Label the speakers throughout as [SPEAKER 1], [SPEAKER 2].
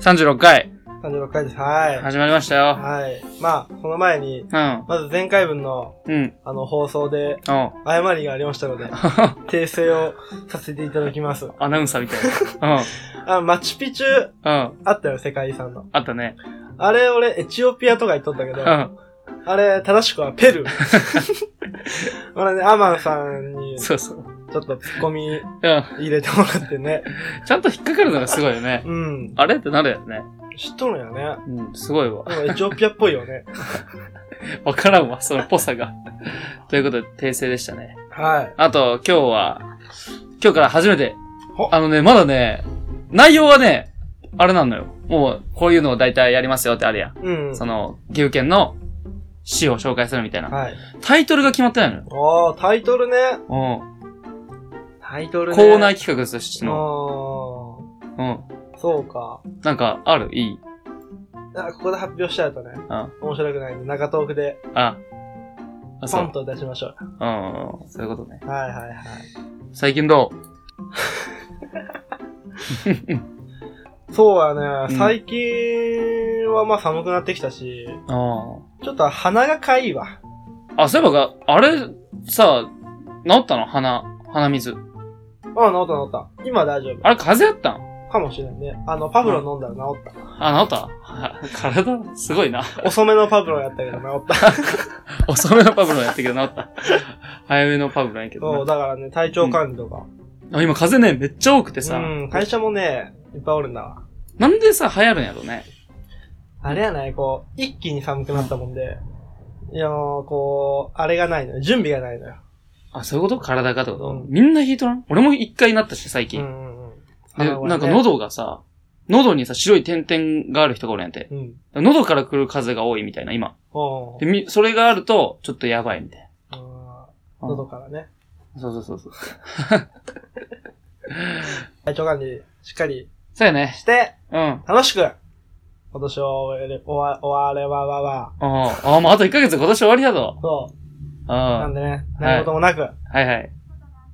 [SPEAKER 1] 36回、
[SPEAKER 2] 36回です。は
[SPEAKER 1] 始まりました
[SPEAKER 2] い。
[SPEAKER 1] よ。
[SPEAKER 2] はい。まあ、その前に、
[SPEAKER 1] うん。
[SPEAKER 2] まず前回分の、
[SPEAKER 1] うん。
[SPEAKER 2] あの、放送で、
[SPEAKER 1] おう
[SPEAKER 2] 誤りがありましたので、訂正をさせていただきます。
[SPEAKER 1] アナウンサーみたい
[SPEAKER 2] あ、マチュピチュ、
[SPEAKER 1] な。うん。うん。
[SPEAKER 2] あったよ、世界遺産の。
[SPEAKER 1] あったね。
[SPEAKER 2] あれ、俺、エチオピアとか言っとったけ
[SPEAKER 1] う
[SPEAKER 2] ど、あ
[SPEAKER 1] ん。
[SPEAKER 2] れ、正しくはペルー。俺ね、アマンさんに、ち
[SPEAKER 1] そうそう。
[SPEAKER 2] ょっとツッコミ
[SPEAKER 1] うん。
[SPEAKER 2] 入れてもらってね。
[SPEAKER 1] ちゃんと引っかかるのがすごいよね。
[SPEAKER 2] うん。
[SPEAKER 1] あれってなるよね。
[SPEAKER 2] 知っとるんやね。
[SPEAKER 1] うん、すごいわ。
[SPEAKER 2] でもエチオピアっぽいよね。
[SPEAKER 1] わからんわ、そのぽさが。ということで、訂正でしたね。
[SPEAKER 2] はい。
[SPEAKER 1] あと、今日は、今日から初めて
[SPEAKER 2] ほ、
[SPEAKER 1] あのね、まだね、内容はね、あれなのよ。もう、こういうのを大体やりますよってあるやん。
[SPEAKER 2] うん。
[SPEAKER 1] その、岐阜県の市を紹介するみたいな。
[SPEAKER 2] はい。
[SPEAKER 1] タイトルが決まってないのよ。
[SPEAKER 2] おー、タイトルね。
[SPEAKER 1] う
[SPEAKER 2] タイトル
[SPEAKER 1] ん。
[SPEAKER 2] ね。
[SPEAKER 1] コーナー企画としての。
[SPEAKER 2] あ
[SPEAKER 1] うん。
[SPEAKER 2] ーそうか。
[SPEAKER 1] なんか、あるいい。
[SPEAKER 2] あここで発表しちゃうとね、
[SPEAKER 1] うん。
[SPEAKER 2] 面白くないんで、中トークで
[SPEAKER 1] あ。あ、そ
[SPEAKER 2] ポン
[SPEAKER 1] う。
[SPEAKER 2] と出しましょう。
[SPEAKER 1] うんうんうん。そういうことね。
[SPEAKER 2] はいはいはい。
[SPEAKER 1] 最近ど
[SPEAKER 2] そうやね、
[SPEAKER 1] うん
[SPEAKER 2] 最近はまあ寒くなってきたし、
[SPEAKER 1] うあ
[SPEAKER 2] ちょっと鼻がかいわ。
[SPEAKER 1] あ。あ、そういえばが、あれ、さ、治ったの鼻、鼻水。
[SPEAKER 2] あ、治った治った。今は大丈
[SPEAKER 1] あれ、風邪やったん
[SPEAKER 2] 夫。かもしれんね。あの、パブロ飲んだら治っ
[SPEAKER 1] あ、治った は体、すごいな。
[SPEAKER 2] た。遅めのパブロやったけど治った。
[SPEAKER 1] 遅めのパブロンやったけど治った。 早めのパブロンやけ
[SPEAKER 2] そう、
[SPEAKER 1] どな。
[SPEAKER 2] だからね、体調管理とか。
[SPEAKER 1] あ今風邪ね、めっちゃ多くてさ、
[SPEAKER 2] うん、会社もね、いっぱいおるんだわ。
[SPEAKER 1] なんでさ、流行るんやろね。
[SPEAKER 2] あれやない、こう、一気に寒くなったもんで、いやー、こう、あれがないのよ。準備がないのよ。
[SPEAKER 1] あ、そういうこと体がってこと、
[SPEAKER 2] うん
[SPEAKER 1] みんな引いとらん俺も一回なったし、最近。
[SPEAKER 2] ん
[SPEAKER 1] で、なんか、喉がさ、喉にさ、白い点々がある人がおるんやて。
[SPEAKER 2] うん。
[SPEAKER 1] 喉から来る風が多いみたいな、今。
[SPEAKER 2] おう
[SPEAKER 1] で、み、それがあると、ちょっとやばいみたいな。
[SPEAKER 2] あー
[SPEAKER 1] うん
[SPEAKER 2] 喉からね。
[SPEAKER 1] そうそうそうそう。
[SPEAKER 2] 体調管理、しっかり
[SPEAKER 1] そうやね。
[SPEAKER 2] して、
[SPEAKER 1] うん。
[SPEAKER 2] 楽しく、今年を終える、終わ、終わればばば。
[SPEAKER 1] ああ、もうあと1ヶ月で今年終わりだぞ。
[SPEAKER 2] そう。
[SPEAKER 1] うん。
[SPEAKER 2] な
[SPEAKER 1] は
[SPEAKER 2] ん
[SPEAKER 1] い
[SPEAKER 2] でね、何事もなく、
[SPEAKER 1] はい。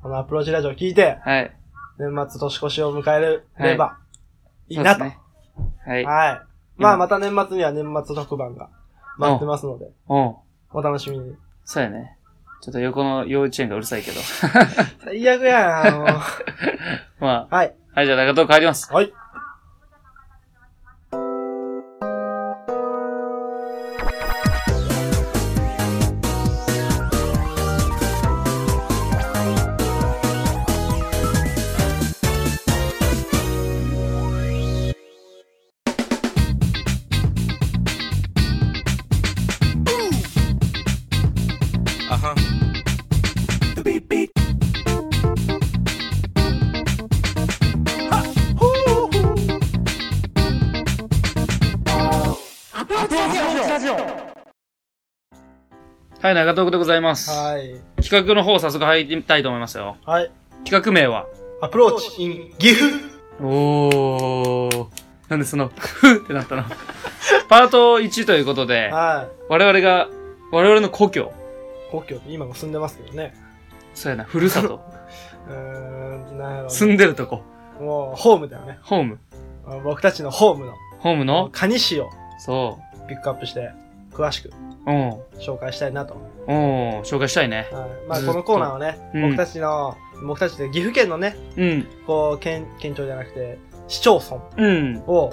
[SPEAKER 2] このアプローチラジオを聞いて、
[SPEAKER 1] はい。
[SPEAKER 2] 年末年越しを迎えれれば、いい
[SPEAKER 1] そうで
[SPEAKER 2] な
[SPEAKER 1] す
[SPEAKER 2] と。
[SPEAKER 1] ね。はい。
[SPEAKER 2] はい。ま
[SPEAKER 1] う
[SPEAKER 2] あ、
[SPEAKER 1] ん
[SPEAKER 2] また年末には年末特番が待ってますので、
[SPEAKER 1] おう
[SPEAKER 2] お楽しみに。
[SPEAKER 1] そうやね。ちょっと横の幼稚園がうるさいけど。
[SPEAKER 2] 最悪やん。もう
[SPEAKER 1] まあ、
[SPEAKER 2] はい。
[SPEAKER 1] はい、じゃあ中東帰ります。
[SPEAKER 2] はい。
[SPEAKER 3] Uh-huh. Beep beep. Ha!
[SPEAKER 1] はい、中東でございます。
[SPEAKER 2] はい。
[SPEAKER 1] 企画の方早速入りたいと思いますよ。
[SPEAKER 2] はい。
[SPEAKER 1] 企画名は
[SPEAKER 2] アプローチ in 岐阜。
[SPEAKER 1] おー。なんでその、ふってなったのパート1ということで、
[SPEAKER 2] はい。
[SPEAKER 1] 我々が、我々の故郷、
[SPEAKER 2] 故郷、今も住んでますけどね。
[SPEAKER 1] そうやな、ふるさと、
[SPEAKER 2] うーん、なんやろうね
[SPEAKER 1] 住んでるとこ、
[SPEAKER 2] もう、ホームだよね。
[SPEAKER 1] ホーム、
[SPEAKER 2] 僕たちのホーム
[SPEAKER 1] ホーム
[SPEAKER 2] の、
[SPEAKER 1] の、
[SPEAKER 2] カニ市を
[SPEAKER 1] そ
[SPEAKER 2] ピックアップして、詳しく
[SPEAKER 1] う、うん、
[SPEAKER 2] 紹介したいなと。
[SPEAKER 1] うん、紹介したいね。
[SPEAKER 2] はいまあ、
[SPEAKER 1] ずっと
[SPEAKER 2] このコーナーはね、
[SPEAKER 1] うん
[SPEAKER 2] 僕たちの、僕たちで岐阜県のね、
[SPEAKER 1] うん、
[SPEAKER 2] こう、県、県庁じゃなくて、市町村
[SPEAKER 1] うん、
[SPEAKER 2] を、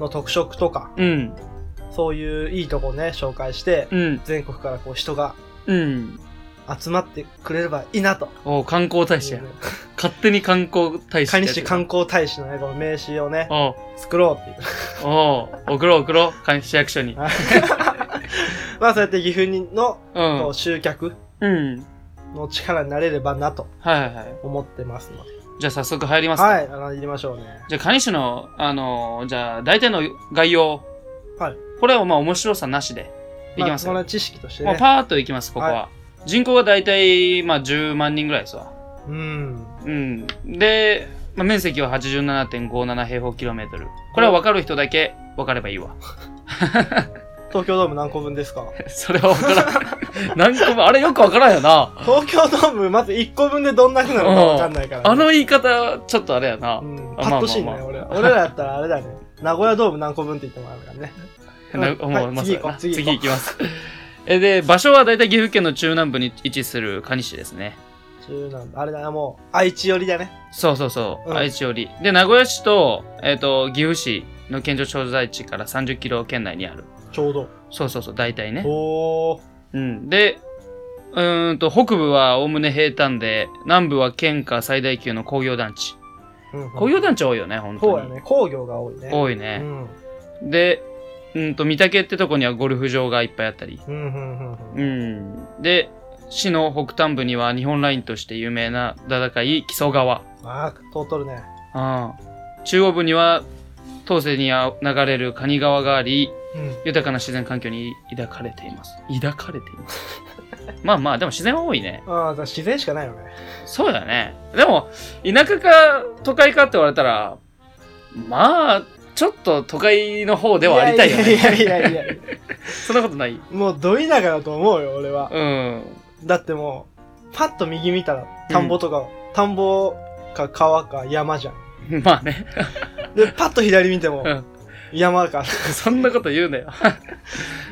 [SPEAKER 2] の特色とか、
[SPEAKER 1] うん、
[SPEAKER 2] そういういいとこをね、紹介して、
[SPEAKER 1] うん、
[SPEAKER 2] 全国からこう、人が
[SPEAKER 1] うん。
[SPEAKER 2] 集まってくれればいいなと。
[SPEAKER 1] お観光大使や。勝手に観光大使
[SPEAKER 2] カ
[SPEAKER 1] って
[SPEAKER 2] ニ
[SPEAKER 1] やつ
[SPEAKER 2] 市
[SPEAKER 1] や
[SPEAKER 2] 観光大使のね、この名刺をね、
[SPEAKER 1] おう
[SPEAKER 2] 作ろうっていう。
[SPEAKER 1] おう送ろう送ろう、か市役所に。
[SPEAKER 2] はい まあ、そうやって岐阜にの、
[SPEAKER 1] う
[SPEAKER 2] こ
[SPEAKER 1] ん
[SPEAKER 2] う、。集客
[SPEAKER 1] うん。
[SPEAKER 2] の力になれればなと
[SPEAKER 1] はいはいはい。
[SPEAKER 2] 思ってますので。
[SPEAKER 1] じゃあ早速入りますか。
[SPEAKER 2] はい、あの、入れましょうね。
[SPEAKER 1] じゃあ、蟹市の、あのーじゃあ、大体の概要。
[SPEAKER 2] はい。
[SPEAKER 1] これはまあ面白さなしで、いきます
[SPEAKER 2] まあ
[SPEAKER 1] よ。
[SPEAKER 2] この知識として
[SPEAKER 1] もう
[SPEAKER 2] ね。
[SPEAKER 1] パーッといきます、ここは。
[SPEAKER 2] は
[SPEAKER 1] 人口が大体、まあ10万人ぐらいですわ。
[SPEAKER 2] うん。
[SPEAKER 1] うん。で、まあ、面積は87.57平方キロメートル。これは分かる人だけ分かればいいわ。
[SPEAKER 2] 東京ドーム何個分ですか
[SPEAKER 1] それは分からん。何個も、あれよく分からんよな。
[SPEAKER 2] 東京ドームまず1個分でどんな風なのかわかんないから、
[SPEAKER 1] あの言い方、ちょっとあれやな
[SPEAKER 2] う。ん、
[SPEAKER 1] あ
[SPEAKER 2] パッとしんない、
[SPEAKER 1] まあ
[SPEAKER 2] 俺ら。俺らやったらあれだね。名古屋ドーム何個分って言ってもらうからね。
[SPEAKER 1] な
[SPEAKER 2] はい
[SPEAKER 1] もうまあ
[SPEAKER 2] 次
[SPEAKER 1] そう
[SPEAKER 2] 行こ
[SPEAKER 1] や
[SPEAKER 2] う
[SPEAKER 1] な
[SPEAKER 2] 次
[SPEAKER 1] 次
[SPEAKER 2] 行こう
[SPEAKER 1] 行きます。えで、場所は大体岐阜県の中南部に位置する蟹市ですね。
[SPEAKER 2] 中南部あれだな、もう、愛知寄りだね。
[SPEAKER 1] そうそうそう、
[SPEAKER 2] うん
[SPEAKER 1] 愛知より。で、名古屋市と、えっ、と、岐阜市の県庁所在地から30キロ圏内にある。
[SPEAKER 2] ちょうど。
[SPEAKER 1] そうそうそう、大体ね。
[SPEAKER 2] おー。
[SPEAKER 1] うん。で、うーんと、北部はおおむね平坦で、南部は県下最大級の工業団地。
[SPEAKER 2] うんうん
[SPEAKER 1] 工業団地多いよね、本
[SPEAKER 2] そう
[SPEAKER 1] 当
[SPEAKER 2] や
[SPEAKER 1] に。
[SPEAKER 2] ね。工業が多いね。
[SPEAKER 1] 多いうね。
[SPEAKER 2] ん。
[SPEAKER 1] で、うんと、御嶽ってとこにはゴルフ場がいっぱいあったり。
[SPEAKER 2] うん、うん、うんうん。
[SPEAKER 1] うん。で、市の北端部には日本ラインとして有名なだだかい木曽川。
[SPEAKER 2] あー、通っとるね。
[SPEAKER 1] ああ中央部には東西に流れる蟹川があり
[SPEAKER 2] うん。
[SPEAKER 1] 豊かな自然環境に抱かれています抱かれています まあまあでも自然は多いね
[SPEAKER 2] ああ、だから自然しかないよね。
[SPEAKER 1] そうだねでも田舎か都会かって言われたらまあちょっと都会の方ではありたいよ
[SPEAKER 2] いやい
[SPEAKER 1] ね
[SPEAKER 2] やいやいやいや。
[SPEAKER 1] そんなことない
[SPEAKER 2] もう、ど田舎だと思うよ、俺は。
[SPEAKER 1] うん
[SPEAKER 2] だってもう、パッと右見たら、田んぼとか、田んぼか川か山じゃん。
[SPEAKER 1] まあね、
[SPEAKER 2] で、パッと左見ても
[SPEAKER 1] う、ん、
[SPEAKER 2] 山か。
[SPEAKER 1] そんなこと言うなよ、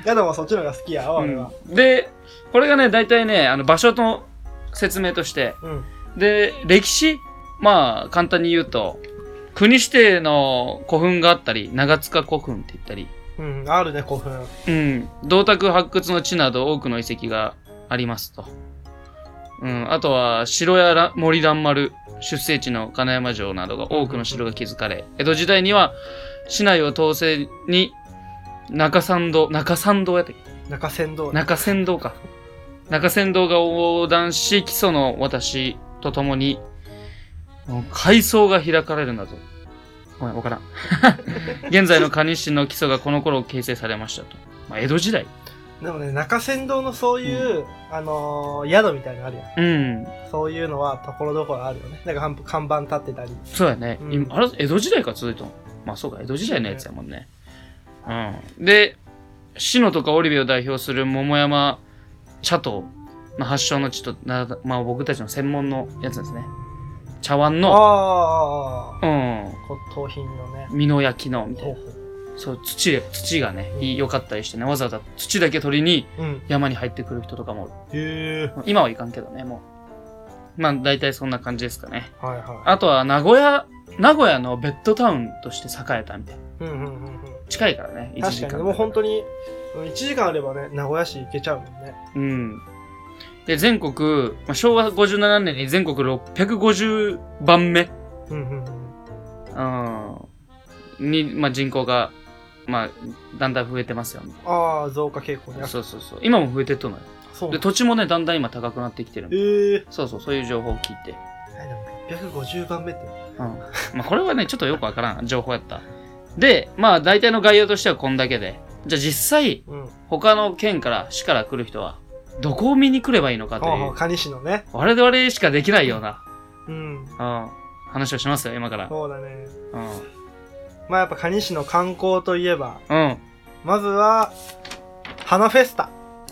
[SPEAKER 2] いやでもそっちの方が好きやわ、俺は。
[SPEAKER 1] うんでこれがね大体ねあの場所の説明として
[SPEAKER 2] うん。
[SPEAKER 1] で、歴史まあ、簡単に言うと、国指定の古墳があったり、長塚古墳って言ったり、
[SPEAKER 2] うん、あるね、古墳。
[SPEAKER 1] うん、銅鐸発掘の地など多くの遺跡がありますと。うん、あとは、城やら森蘭丸、出生地の金山城などが多くの城が築かれ、江戸時代には、市内を統制に、中山道、中山道やったっけ
[SPEAKER 2] 中山 道。
[SPEAKER 1] 中山道か。中山道が横断し、基礎の私と共に、うん階層が開かれるんだと。ごめん、わ からん。現在の蟹市の基礎がこの頃形成されましたと。まあ、江戸時代。
[SPEAKER 2] でもね、中山道のそういう、あのー宿みたいなのあるやん。
[SPEAKER 1] うん。
[SPEAKER 2] そういうのは、ところどころあるよね。なんか看看板立ってたり。
[SPEAKER 1] そうやね。
[SPEAKER 2] うん
[SPEAKER 1] 今あれ、江戸時代から続いたのまあ、そうか、江戸時代のやつやもんね。うん。で、篠とか織部を代表する桃山茶頭の発祥の地とな、まあ、僕たちの専門のやつですね。茶碗の、
[SPEAKER 2] ああ、
[SPEAKER 1] うん。
[SPEAKER 2] 骨董品のね。
[SPEAKER 1] 美濃焼きの、みたい
[SPEAKER 2] ほう
[SPEAKER 1] な。
[SPEAKER 2] ほ
[SPEAKER 1] そう、土で、土がね
[SPEAKER 2] う、ん
[SPEAKER 1] いい良かったりしてね、わざわざ土だけ取りに
[SPEAKER 2] ううん。
[SPEAKER 1] 山に入ってくる人とかも、
[SPEAKER 2] へえ。
[SPEAKER 1] 今はいかんけどね、もう。まあ、大体そんな感じですかね。
[SPEAKER 2] はいは
[SPEAKER 1] あとは、名古屋、名古屋のベッドタウンとして栄えたみたいな。
[SPEAKER 2] い。うんうんうんうん。
[SPEAKER 1] 近いからね、1
[SPEAKER 2] 確
[SPEAKER 1] 時
[SPEAKER 2] か
[SPEAKER 1] 間。
[SPEAKER 2] に、もう本当に、1時間あればね、名古屋市行けちゃうもんね。
[SPEAKER 1] うん。で、全国、まあ、昭和57年に全国650番目、
[SPEAKER 2] うんうんうん。
[SPEAKER 1] うん、に、まあ、人口が、まあ、だんだん増えてますよね。
[SPEAKER 2] ああ、増加傾向にある。
[SPEAKER 1] そうそうそう。今も増えてっとんのよ。
[SPEAKER 2] そう
[SPEAKER 1] で、土地もね、だんだん今高くなってきてるんで。
[SPEAKER 2] ええ。
[SPEAKER 1] そうそう、そういう情報を聞いて。
[SPEAKER 2] はいでも650番目って。
[SPEAKER 1] うん。まあ、これはね、ちょっとよくわからん情報やった。で、まあ、大体の概要としてはこんだけで。じゃあ実際、
[SPEAKER 2] うん。
[SPEAKER 1] 他の県から、市から来る人は、どこを見に来ればいいのかと
[SPEAKER 2] ほう
[SPEAKER 1] い
[SPEAKER 2] ほう、
[SPEAKER 1] う、
[SPEAKER 2] 蟹市のね。
[SPEAKER 1] 我々しかできないような、
[SPEAKER 2] うん。
[SPEAKER 1] うん、話をしますよ、今から。
[SPEAKER 2] そうだね。
[SPEAKER 1] うん。
[SPEAKER 2] まあやっぱ蟹市の観光といえば、
[SPEAKER 1] うん。
[SPEAKER 2] まずは、花フェスタ。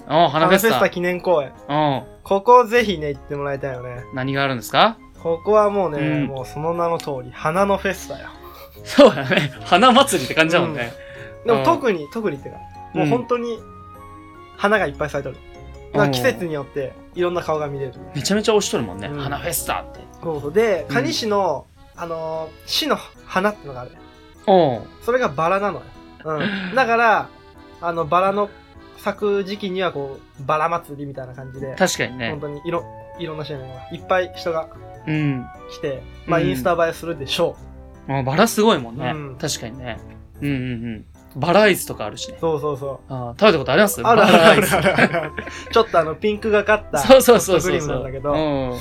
[SPEAKER 1] お花フェスタ。
[SPEAKER 2] 記念公園。
[SPEAKER 1] う
[SPEAKER 2] ここぜひね、行ってもらいたいよね。
[SPEAKER 1] ん。何があるんですか
[SPEAKER 2] ここはもうね、
[SPEAKER 1] うん
[SPEAKER 2] もうその名の通り、花のフェスタよ。
[SPEAKER 1] そうだね。花祭りって感じだもんね。
[SPEAKER 2] で
[SPEAKER 1] うん
[SPEAKER 2] も特に、特にってか、もう本当に、花がいっぱい咲いてる。だから季節によって、いろんな顔が見れる。
[SPEAKER 1] めちゃめちゃ押しとるもんね。
[SPEAKER 2] うん
[SPEAKER 1] 花フェスタって。
[SPEAKER 2] そうそう。で、蟹市の、あのー市の花ってのがある。
[SPEAKER 1] おう
[SPEAKER 2] それがバラなのよ。うん。だから、あの、バラの咲く時期には、こう、バラ祭りみたいな感じで、
[SPEAKER 1] 確かにね
[SPEAKER 2] 本。当にいろ、いろんな種類が、いっぱい人が
[SPEAKER 1] うん。
[SPEAKER 2] 来て、まあ、
[SPEAKER 1] うん
[SPEAKER 2] インスタ映えするでしょう。
[SPEAKER 1] もうバラすごいもんね。
[SPEAKER 2] うん
[SPEAKER 1] 確かにね。うんうんうん。バラアイスとかあるしね。
[SPEAKER 2] そうそうそ
[SPEAKER 1] あー食べたことあります
[SPEAKER 2] う。ある
[SPEAKER 1] バラア
[SPEAKER 2] あ
[SPEAKER 1] イ
[SPEAKER 2] る
[SPEAKER 1] ス
[SPEAKER 2] あるあるある。 ちょっとあの、ピンクがかった。
[SPEAKER 1] そうそうそう
[SPEAKER 2] ソ
[SPEAKER 1] そ
[SPEAKER 2] フトクリ
[SPEAKER 1] う
[SPEAKER 2] ーム
[SPEAKER 1] そ
[SPEAKER 2] なん
[SPEAKER 1] う。
[SPEAKER 2] だけ
[SPEAKER 1] う
[SPEAKER 2] ど。
[SPEAKER 1] ん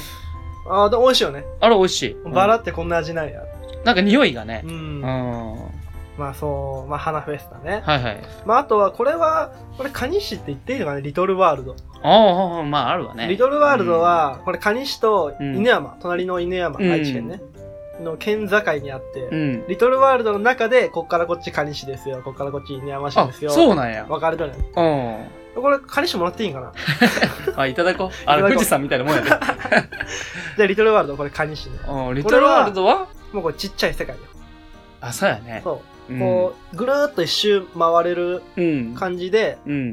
[SPEAKER 2] ああ、でも美味しいよね。
[SPEAKER 1] あれ美味しい。うん
[SPEAKER 2] バラってこんな味なんや。
[SPEAKER 1] なんか匂いがね
[SPEAKER 2] う。。
[SPEAKER 1] うんん。は
[SPEAKER 2] まあそう、まあ花フェスタ
[SPEAKER 1] い
[SPEAKER 2] ね。
[SPEAKER 1] はい。
[SPEAKER 2] まああとは、これは、これ蟹市って言っていいのかねリトルワールド。
[SPEAKER 1] ああ、まああるわね。
[SPEAKER 2] リトルワールドは、これ蟹市と
[SPEAKER 1] うん
[SPEAKER 2] 犬山、隣の犬山、
[SPEAKER 1] うん
[SPEAKER 2] 愛知県ね、の県境にあって、
[SPEAKER 1] うん。
[SPEAKER 2] リトルワールドの中で、こっからこっち蟹市ですよ、こっからこっち犬山市
[SPEAKER 1] あ、
[SPEAKER 2] ですよ。
[SPEAKER 1] そうなんや。
[SPEAKER 2] 分かれとるやん
[SPEAKER 1] うん。
[SPEAKER 2] これ、蟹市もらっていいん かな
[SPEAKER 1] あ、いた だこう。あ
[SPEAKER 2] いただ
[SPEAKER 1] れ、
[SPEAKER 2] こう
[SPEAKER 1] 富士山みたいなもんや ね。
[SPEAKER 2] じゃあ、リトルワールド、これ蟹市ね。
[SPEAKER 1] うん。リトルワールドは
[SPEAKER 2] もうこれちっちゃい世界よ。
[SPEAKER 1] あ、そうやね。
[SPEAKER 2] そう。こう、ぐるーっと一周回れる
[SPEAKER 1] う、うん。
[SPEAKER 2] 感じで、
[SPEAKER 1] うん。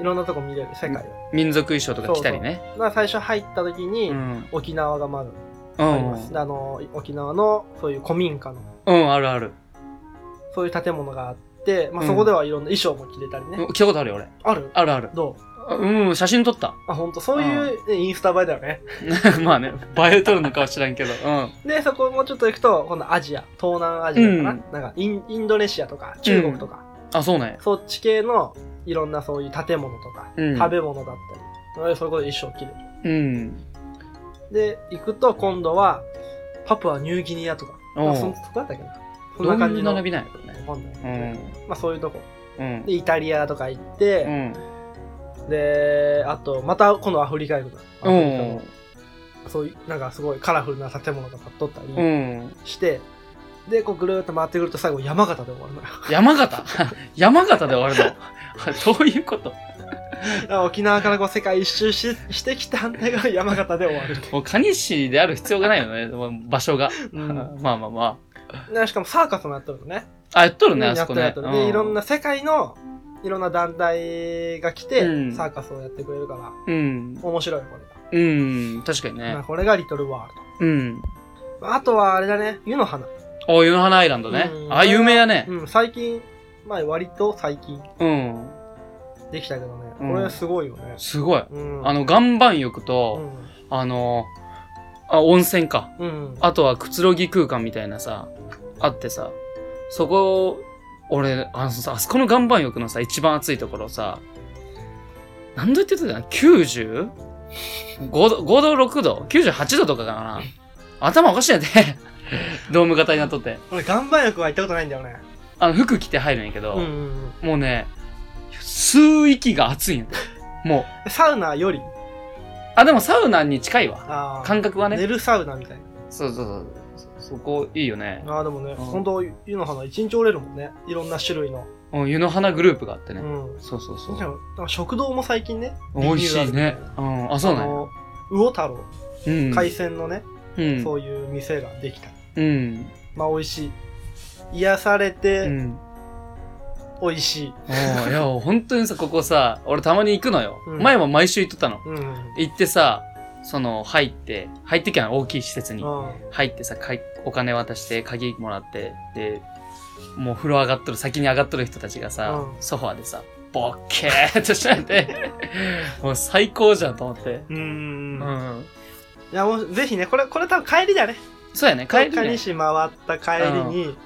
[SPEAKER 2] いろんなとこ見れる、世界を。
[SPEAKER 1] 民族衣装とか着たりね。
[SPEAKER 2] だから最初入った時に、
[SPEAKER 1] うん。
[SPEAKER 2] 沖縄がまず
[SPEAKER 1] う
[SPEAKER 2] あり
[SPEAKER 1] ん
[SPEAKER 2] ます。であの、沖縄の、そういう古民家の、
[SPEAKER 1] うん、あるある。
[SPEAKER 2] そういう建物があって、ま
[SPEAKER 1] う
[SPEAKER 2] あ
[SPEAKER 1] ん
[SPEAKER 2] そこではいろんな衣装も着れたりね。
[SPEAKER 1] 着たことあるよ、俺。
[SPEAKER 2] ある
[SPEAKER 1] あるある。
[SPEAKER 2] どう
[SPEAKER 1] あうん、写真撮った。
[SPEAKER 2] あ、ほんと、そういうねインスタ映えだよね。
[SPEAKER 1] まあね、映え撮るのかは知らんけど。うん。
[SPEAKER 2] で、そこもうちょっと行くと、今度アジア、東南アジアか
[SPEAKER 1] う
[SPEAKER 2] な、
[SPEAKER 1] ん
[SPEAKER 2] なんかインインドネシアとか中国とか、
[SPEAKER 1] あ、そうね。
[SPEAKER 2] そっち系のいろんなそういう建物とか、
[SPEAKER 1] うん
[SPEAKER 2] 食べ物だったり、それこそ一生着れる。
[SPEAKER 1] うん。
[SPEAKER 2] で、行くと今度は、パプアニューギニアとか、
[SPEAKER 1] おう
[SPEAKER 2] まあ、そんそこだったっけな。そん
[SPEAKER 1] ど
[SPEAKER 2] な
[SPEAKER 1] う
[SPEAKER 2] 感
[SPEAKER 1] い
[SPEAKER 2] じ
[SPEAKER 1] う
[SPEAKER 2] の。
[SPEAKER 1] 並びなんやろね。
[SPEAKER 2] わかんないけ
[SPEAKER 1] う
[SPEAKER 2] ど
[SPEAKER 1] ん。
[SPEAKER 2] まあそういうとこ。
[SPEAKER 1] うん。
[SPEAKER 2] で、イタリアとか行って、
[SPEAKER 1] う
[SPEAKER 2] で、あと、また今度アフリカ行くの。アフリカ
[SPEAKER 1] ん
[SPEAKER 2] の。そういう、なんかすごいカラフルな建物が立っとったり、
[SPEAKER 1] うん。
[SPEAKER 2] して、で、こうぐるーっと回ってくると最後山形で終わるのよ。
[SPEAKER 1] 山形 山形で終わるの どういうこと
[SPEAKER 2] だから沖縄からこう世界一周ししてきた反対側山形で終わるってい
[SPEAKER 1] もう蟹市である必要がないよね、も う場所が。
[SPEAKER 2] ううん
[SPEAKER 1] まあまあま
[SPEAKER 2] でしかもサーカスもやってるのね。
[SPEAKER 1] あ。あ、やっとるね、
[SPEAKER 2] や
[SPEAKER 1] あ
[SPEAKER 2] っ
[SPEAKER 1] そ
[SPEAKER 2] て
[SPEAKER 1] こ
[SPEAKER 2] るや
[SPEAKER 1] ね
[SPEAKER 2] っ。てる。で、いろん
[SPEAKER 1] な。
[SPEAKER 2] な世界のいろんな団体が来て、
[SPEAKER 1] うん
[SPEAKER 2] サーカスをやってくれるから、
[SPEAKER 1] うん。
[SPEAKER 2] 面白いよ、これが。
[SPEAKER 1] うん。確かに
[SPEAKER 2] ま
[SPEAKER 1] ね
[SPEAKER 2] あ。これがリトルワール
[SPEAKER 1] うん。
[SPEAKER 2] ド。あとはあれだね、湯の花。
[SPEAKER 1] お、湯の花アイランドね
[SPEAKER 2] う。ん
[SPEAKER 1] あ、有名やね。
[SPEAKER 2] うん、最近、まあ割と最近
[SPEAKER 1] うん。
[SPEAKER 2] できたけどね、
[SPEAKER 1] うん
[SPEAKER 2] これすごいよね。
[SPEAKER 1] すごい。
[SPEAKER 2] うん。
[SPEAKER 1] あの、岩盤浴と、
[SPEAKER 2] うん、
[SPEAKER 1] あの、あ、温泉か。
[SPEAKER 2] うん。
[SPEAKER 1] あとはくつろぎ空間みたいなさ、あってさ、そこ、俺、あのさ、あそこの岩盤浴のさ、一番暑いところさ、何度言ってたかな ?90?5 度、5度、6度 ?98 度とかかな頭おかしいやで。 ドーム型になっとって。
[SPEAKER 2] 俺、岩盤浴は行ったことないんだよね。
[SPEAKER 1] あの、服着て入るんやけど、
[SPEAKER 2] うんうんうん。
[SPEAKER 1] もうね、吸う息が暑いんやてもう。
[SPEAKER 2] サウナより、
[SPEAKER 1] あ、でもサウナに近いわ。
[SPEAKER 2] あー
[SPEAKER 1] 感覚はね。
[SPEAKER 2] 寝るサウナみたい
[SPEAKER 1] そうそうそう。そそこ、いいよね。
[SPEAKER 2] な。ああ、でもね、
[SPEAKER 1] うん
[SPEAKER 2] 本当湯の花一日折れるもんね。いろんな種類の。
[SPEAKER 1] うん湯の花グループがあって
[SPEAKER 2] う
[SPEAKER 1] ね。
[SPEAKER 2] ん。
[SPEAKER 1] そうそうそう
[SPEAKER 2] し。かもなんか食堂も最近ね。
[SPEAKER 1] 美味しい
[SPEAKER 2] リニューアル
[SPEAKER 1] ね
[SPEAKER 2] みた。
[SPEAKER 1] うん、あ、そう
[SPEAKER 2] いな。
[SPEAKER 1] な
[SPEAKER 2] あ
[SPEAKER 1] んや
[SPEAKER 2] の、魚太郎、
[SPEAKER 1] うん。
[SPEAKER 2] 海鮮のね、
[SPEAKER 1] うん。
[SPEAKER 2] そういう店ができた。
[SPEAKER 1] うん。
[SPEAKER 2] まあ、美味しい。癒され
[SPEAKER 1] う
[SPEAKER 2] て、
[SPEAKER 1] ん。
[SPEAKER 2] 美味しい。
[SPEAKER 1] おーいや、本当にさ、ここさ、俺たまに行くのよ。
[SPEAKER 2] うん
[SPEAKER 1] 前も毎週行っとったの。
[SPEAKER 2] うん。うん。
[SPEAKER 1] 行ってさ、その、入って、入ってきゃ大きい施設に。入ってさ、かいお金渡して、鍵もらって、で、もう風呂上がっとる、先に上がっとる人たちがさ、
[SPEAKER 2] うん
[SPEAKER 1] ソファーでさ、ボッケーっとしちゃって、 もう最高じゃんと思って。
[SPEAKER 2] う。
[SPEAKER 1] うん
[SPEAKER 2] うん
[SPEAKER 1] ん。
[SPEAKER 2] いや、もう、ぜひね、これ、これ多分帰りだね。
[SPEAKER 1] そうやね、帰り
[SPEAKER 2] 帰
[SPEAKER 1] ね
[SPEAKER 2] り。し回った帰りに、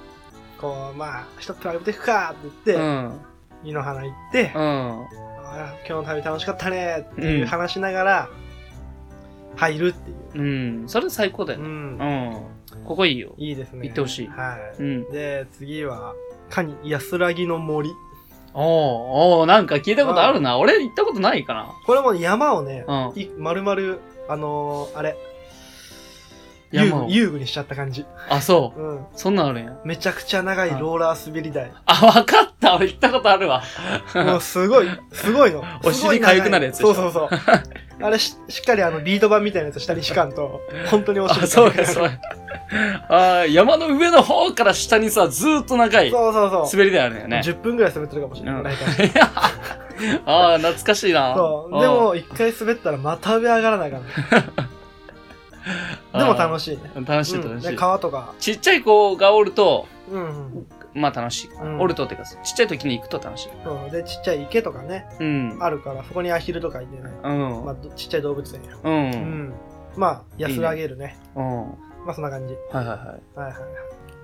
[SPEAKER 2] こう、まあ、一つ食べていくかって言
[SPEAKER 1] う
[SPEAKER 2] って、
[SPEAKER 1] ん。
[SPEAKER 2] 湯の花行って、
[SPEAKER 1] うん。
[SPEAKER 2] あー今日の旅楽しかったねっていう話しながら入るっていう、
[SPEAKER 1] うん。それ最高だよ
[SPEAKER 2] う
[SPEAKER 1] ね。
[SPEAKER 2] ん
[SPEAKER 1] うん。ここいいよ。
[SPEAKER 2] いいですね
[SPEAKER 1] 行ってほしい
[SPEAKER 2] は
[SPEAKER 1] うん。
[SPEAKER 2] い、で次はカニ安らぎの森
[SPEAKER 1] おーおーなんか聞いたことあるな。俺行ったことないかな。
[SPEAKER 2] これもね山をね、
[SPEAKER 1] うん。
[SPEAKER 2] い丸々あのーあれ遊
[SPEAKER 1] 山
[SPEAKER 2] 具
[SPEAKER 1] を
[SPEAKER 2] 遊具にしちゃった感じ、
[SPEAKER 1] あ、そ
[SPEAKER 2] うん、
[SPEAKER 1] う。そんなんあるんや。
[SPEAKER 2] めちゃくちゃ長いローラー滑り台
[SPEAKER 1] あ、わかった。俺行ったことあるわ。
[SPEAKER 2] もうすごいすごいの
[SPEAKER 1] お尻痒くなるやつでし
[SPEAKER 2] そ
[SPEAKER 1] ょ
[SPEAKER 2] うそうそう あれししっかりあのビート板みたいなやつ下にしかん と本当にお尻
[SPEAKER 1] あ、そうや、
[SPEAKER 2] そ
[SPEAKER 1] そううや。あー山の上の方から下にさ、ずーっと長い
[SPEAKER 2] そうそう
[SPEAKER 1] 滑り台あるんやね。
[SPEAKER 2] 10分ぐらい滑ってるかもしれない、
[SPEAKER 1] うん
[SPEAKER 2] 大体
[SPEAKER 1] ああ、懐かしいな。
[SPEAKER 2] そう。でも、一回滑ったらまた上上がらないから。でも楽
[SPEAKER 1] し
[SPEAKER 2] しいね。
[SPEAKER 1] い。楽しい、楽
[SPEAKER 2] うん
[SPEAKER 1] し
[SPEAKER 2] で
[SPEAKER 1] い。
[SPEAKER 2] 川とか。
[SPEAKER 1] ちっちゃい子がおると、
[SPEAKER 2] うんうん。
[SPEAKER 1] まあ楽しい。
[SPEAKER 2] うん
[SPEAKER 1] おるとってか、ちっちゃい時に行くと楽しい。
[SPEAKER 2] そう。で、ちっちゃい池とかね、
[SPEAKER 1] うん。
[SPEAKER 2] あるから、そこにアヒルとかいてね。
[SPEAKER 1] うん。
[SPEAKER 2] まあ、どちっちゃい動物園や。
[SPEAKER 1] う。
[SPEAKER 2] うんん。まあ、安らげるね。
[SPEAKER 1] うん。はい
[SPEAKER 2] まあ、そんな感じ。
[SPEAKER 1] はいはい。
[SPEAKER 2] はいはいはい。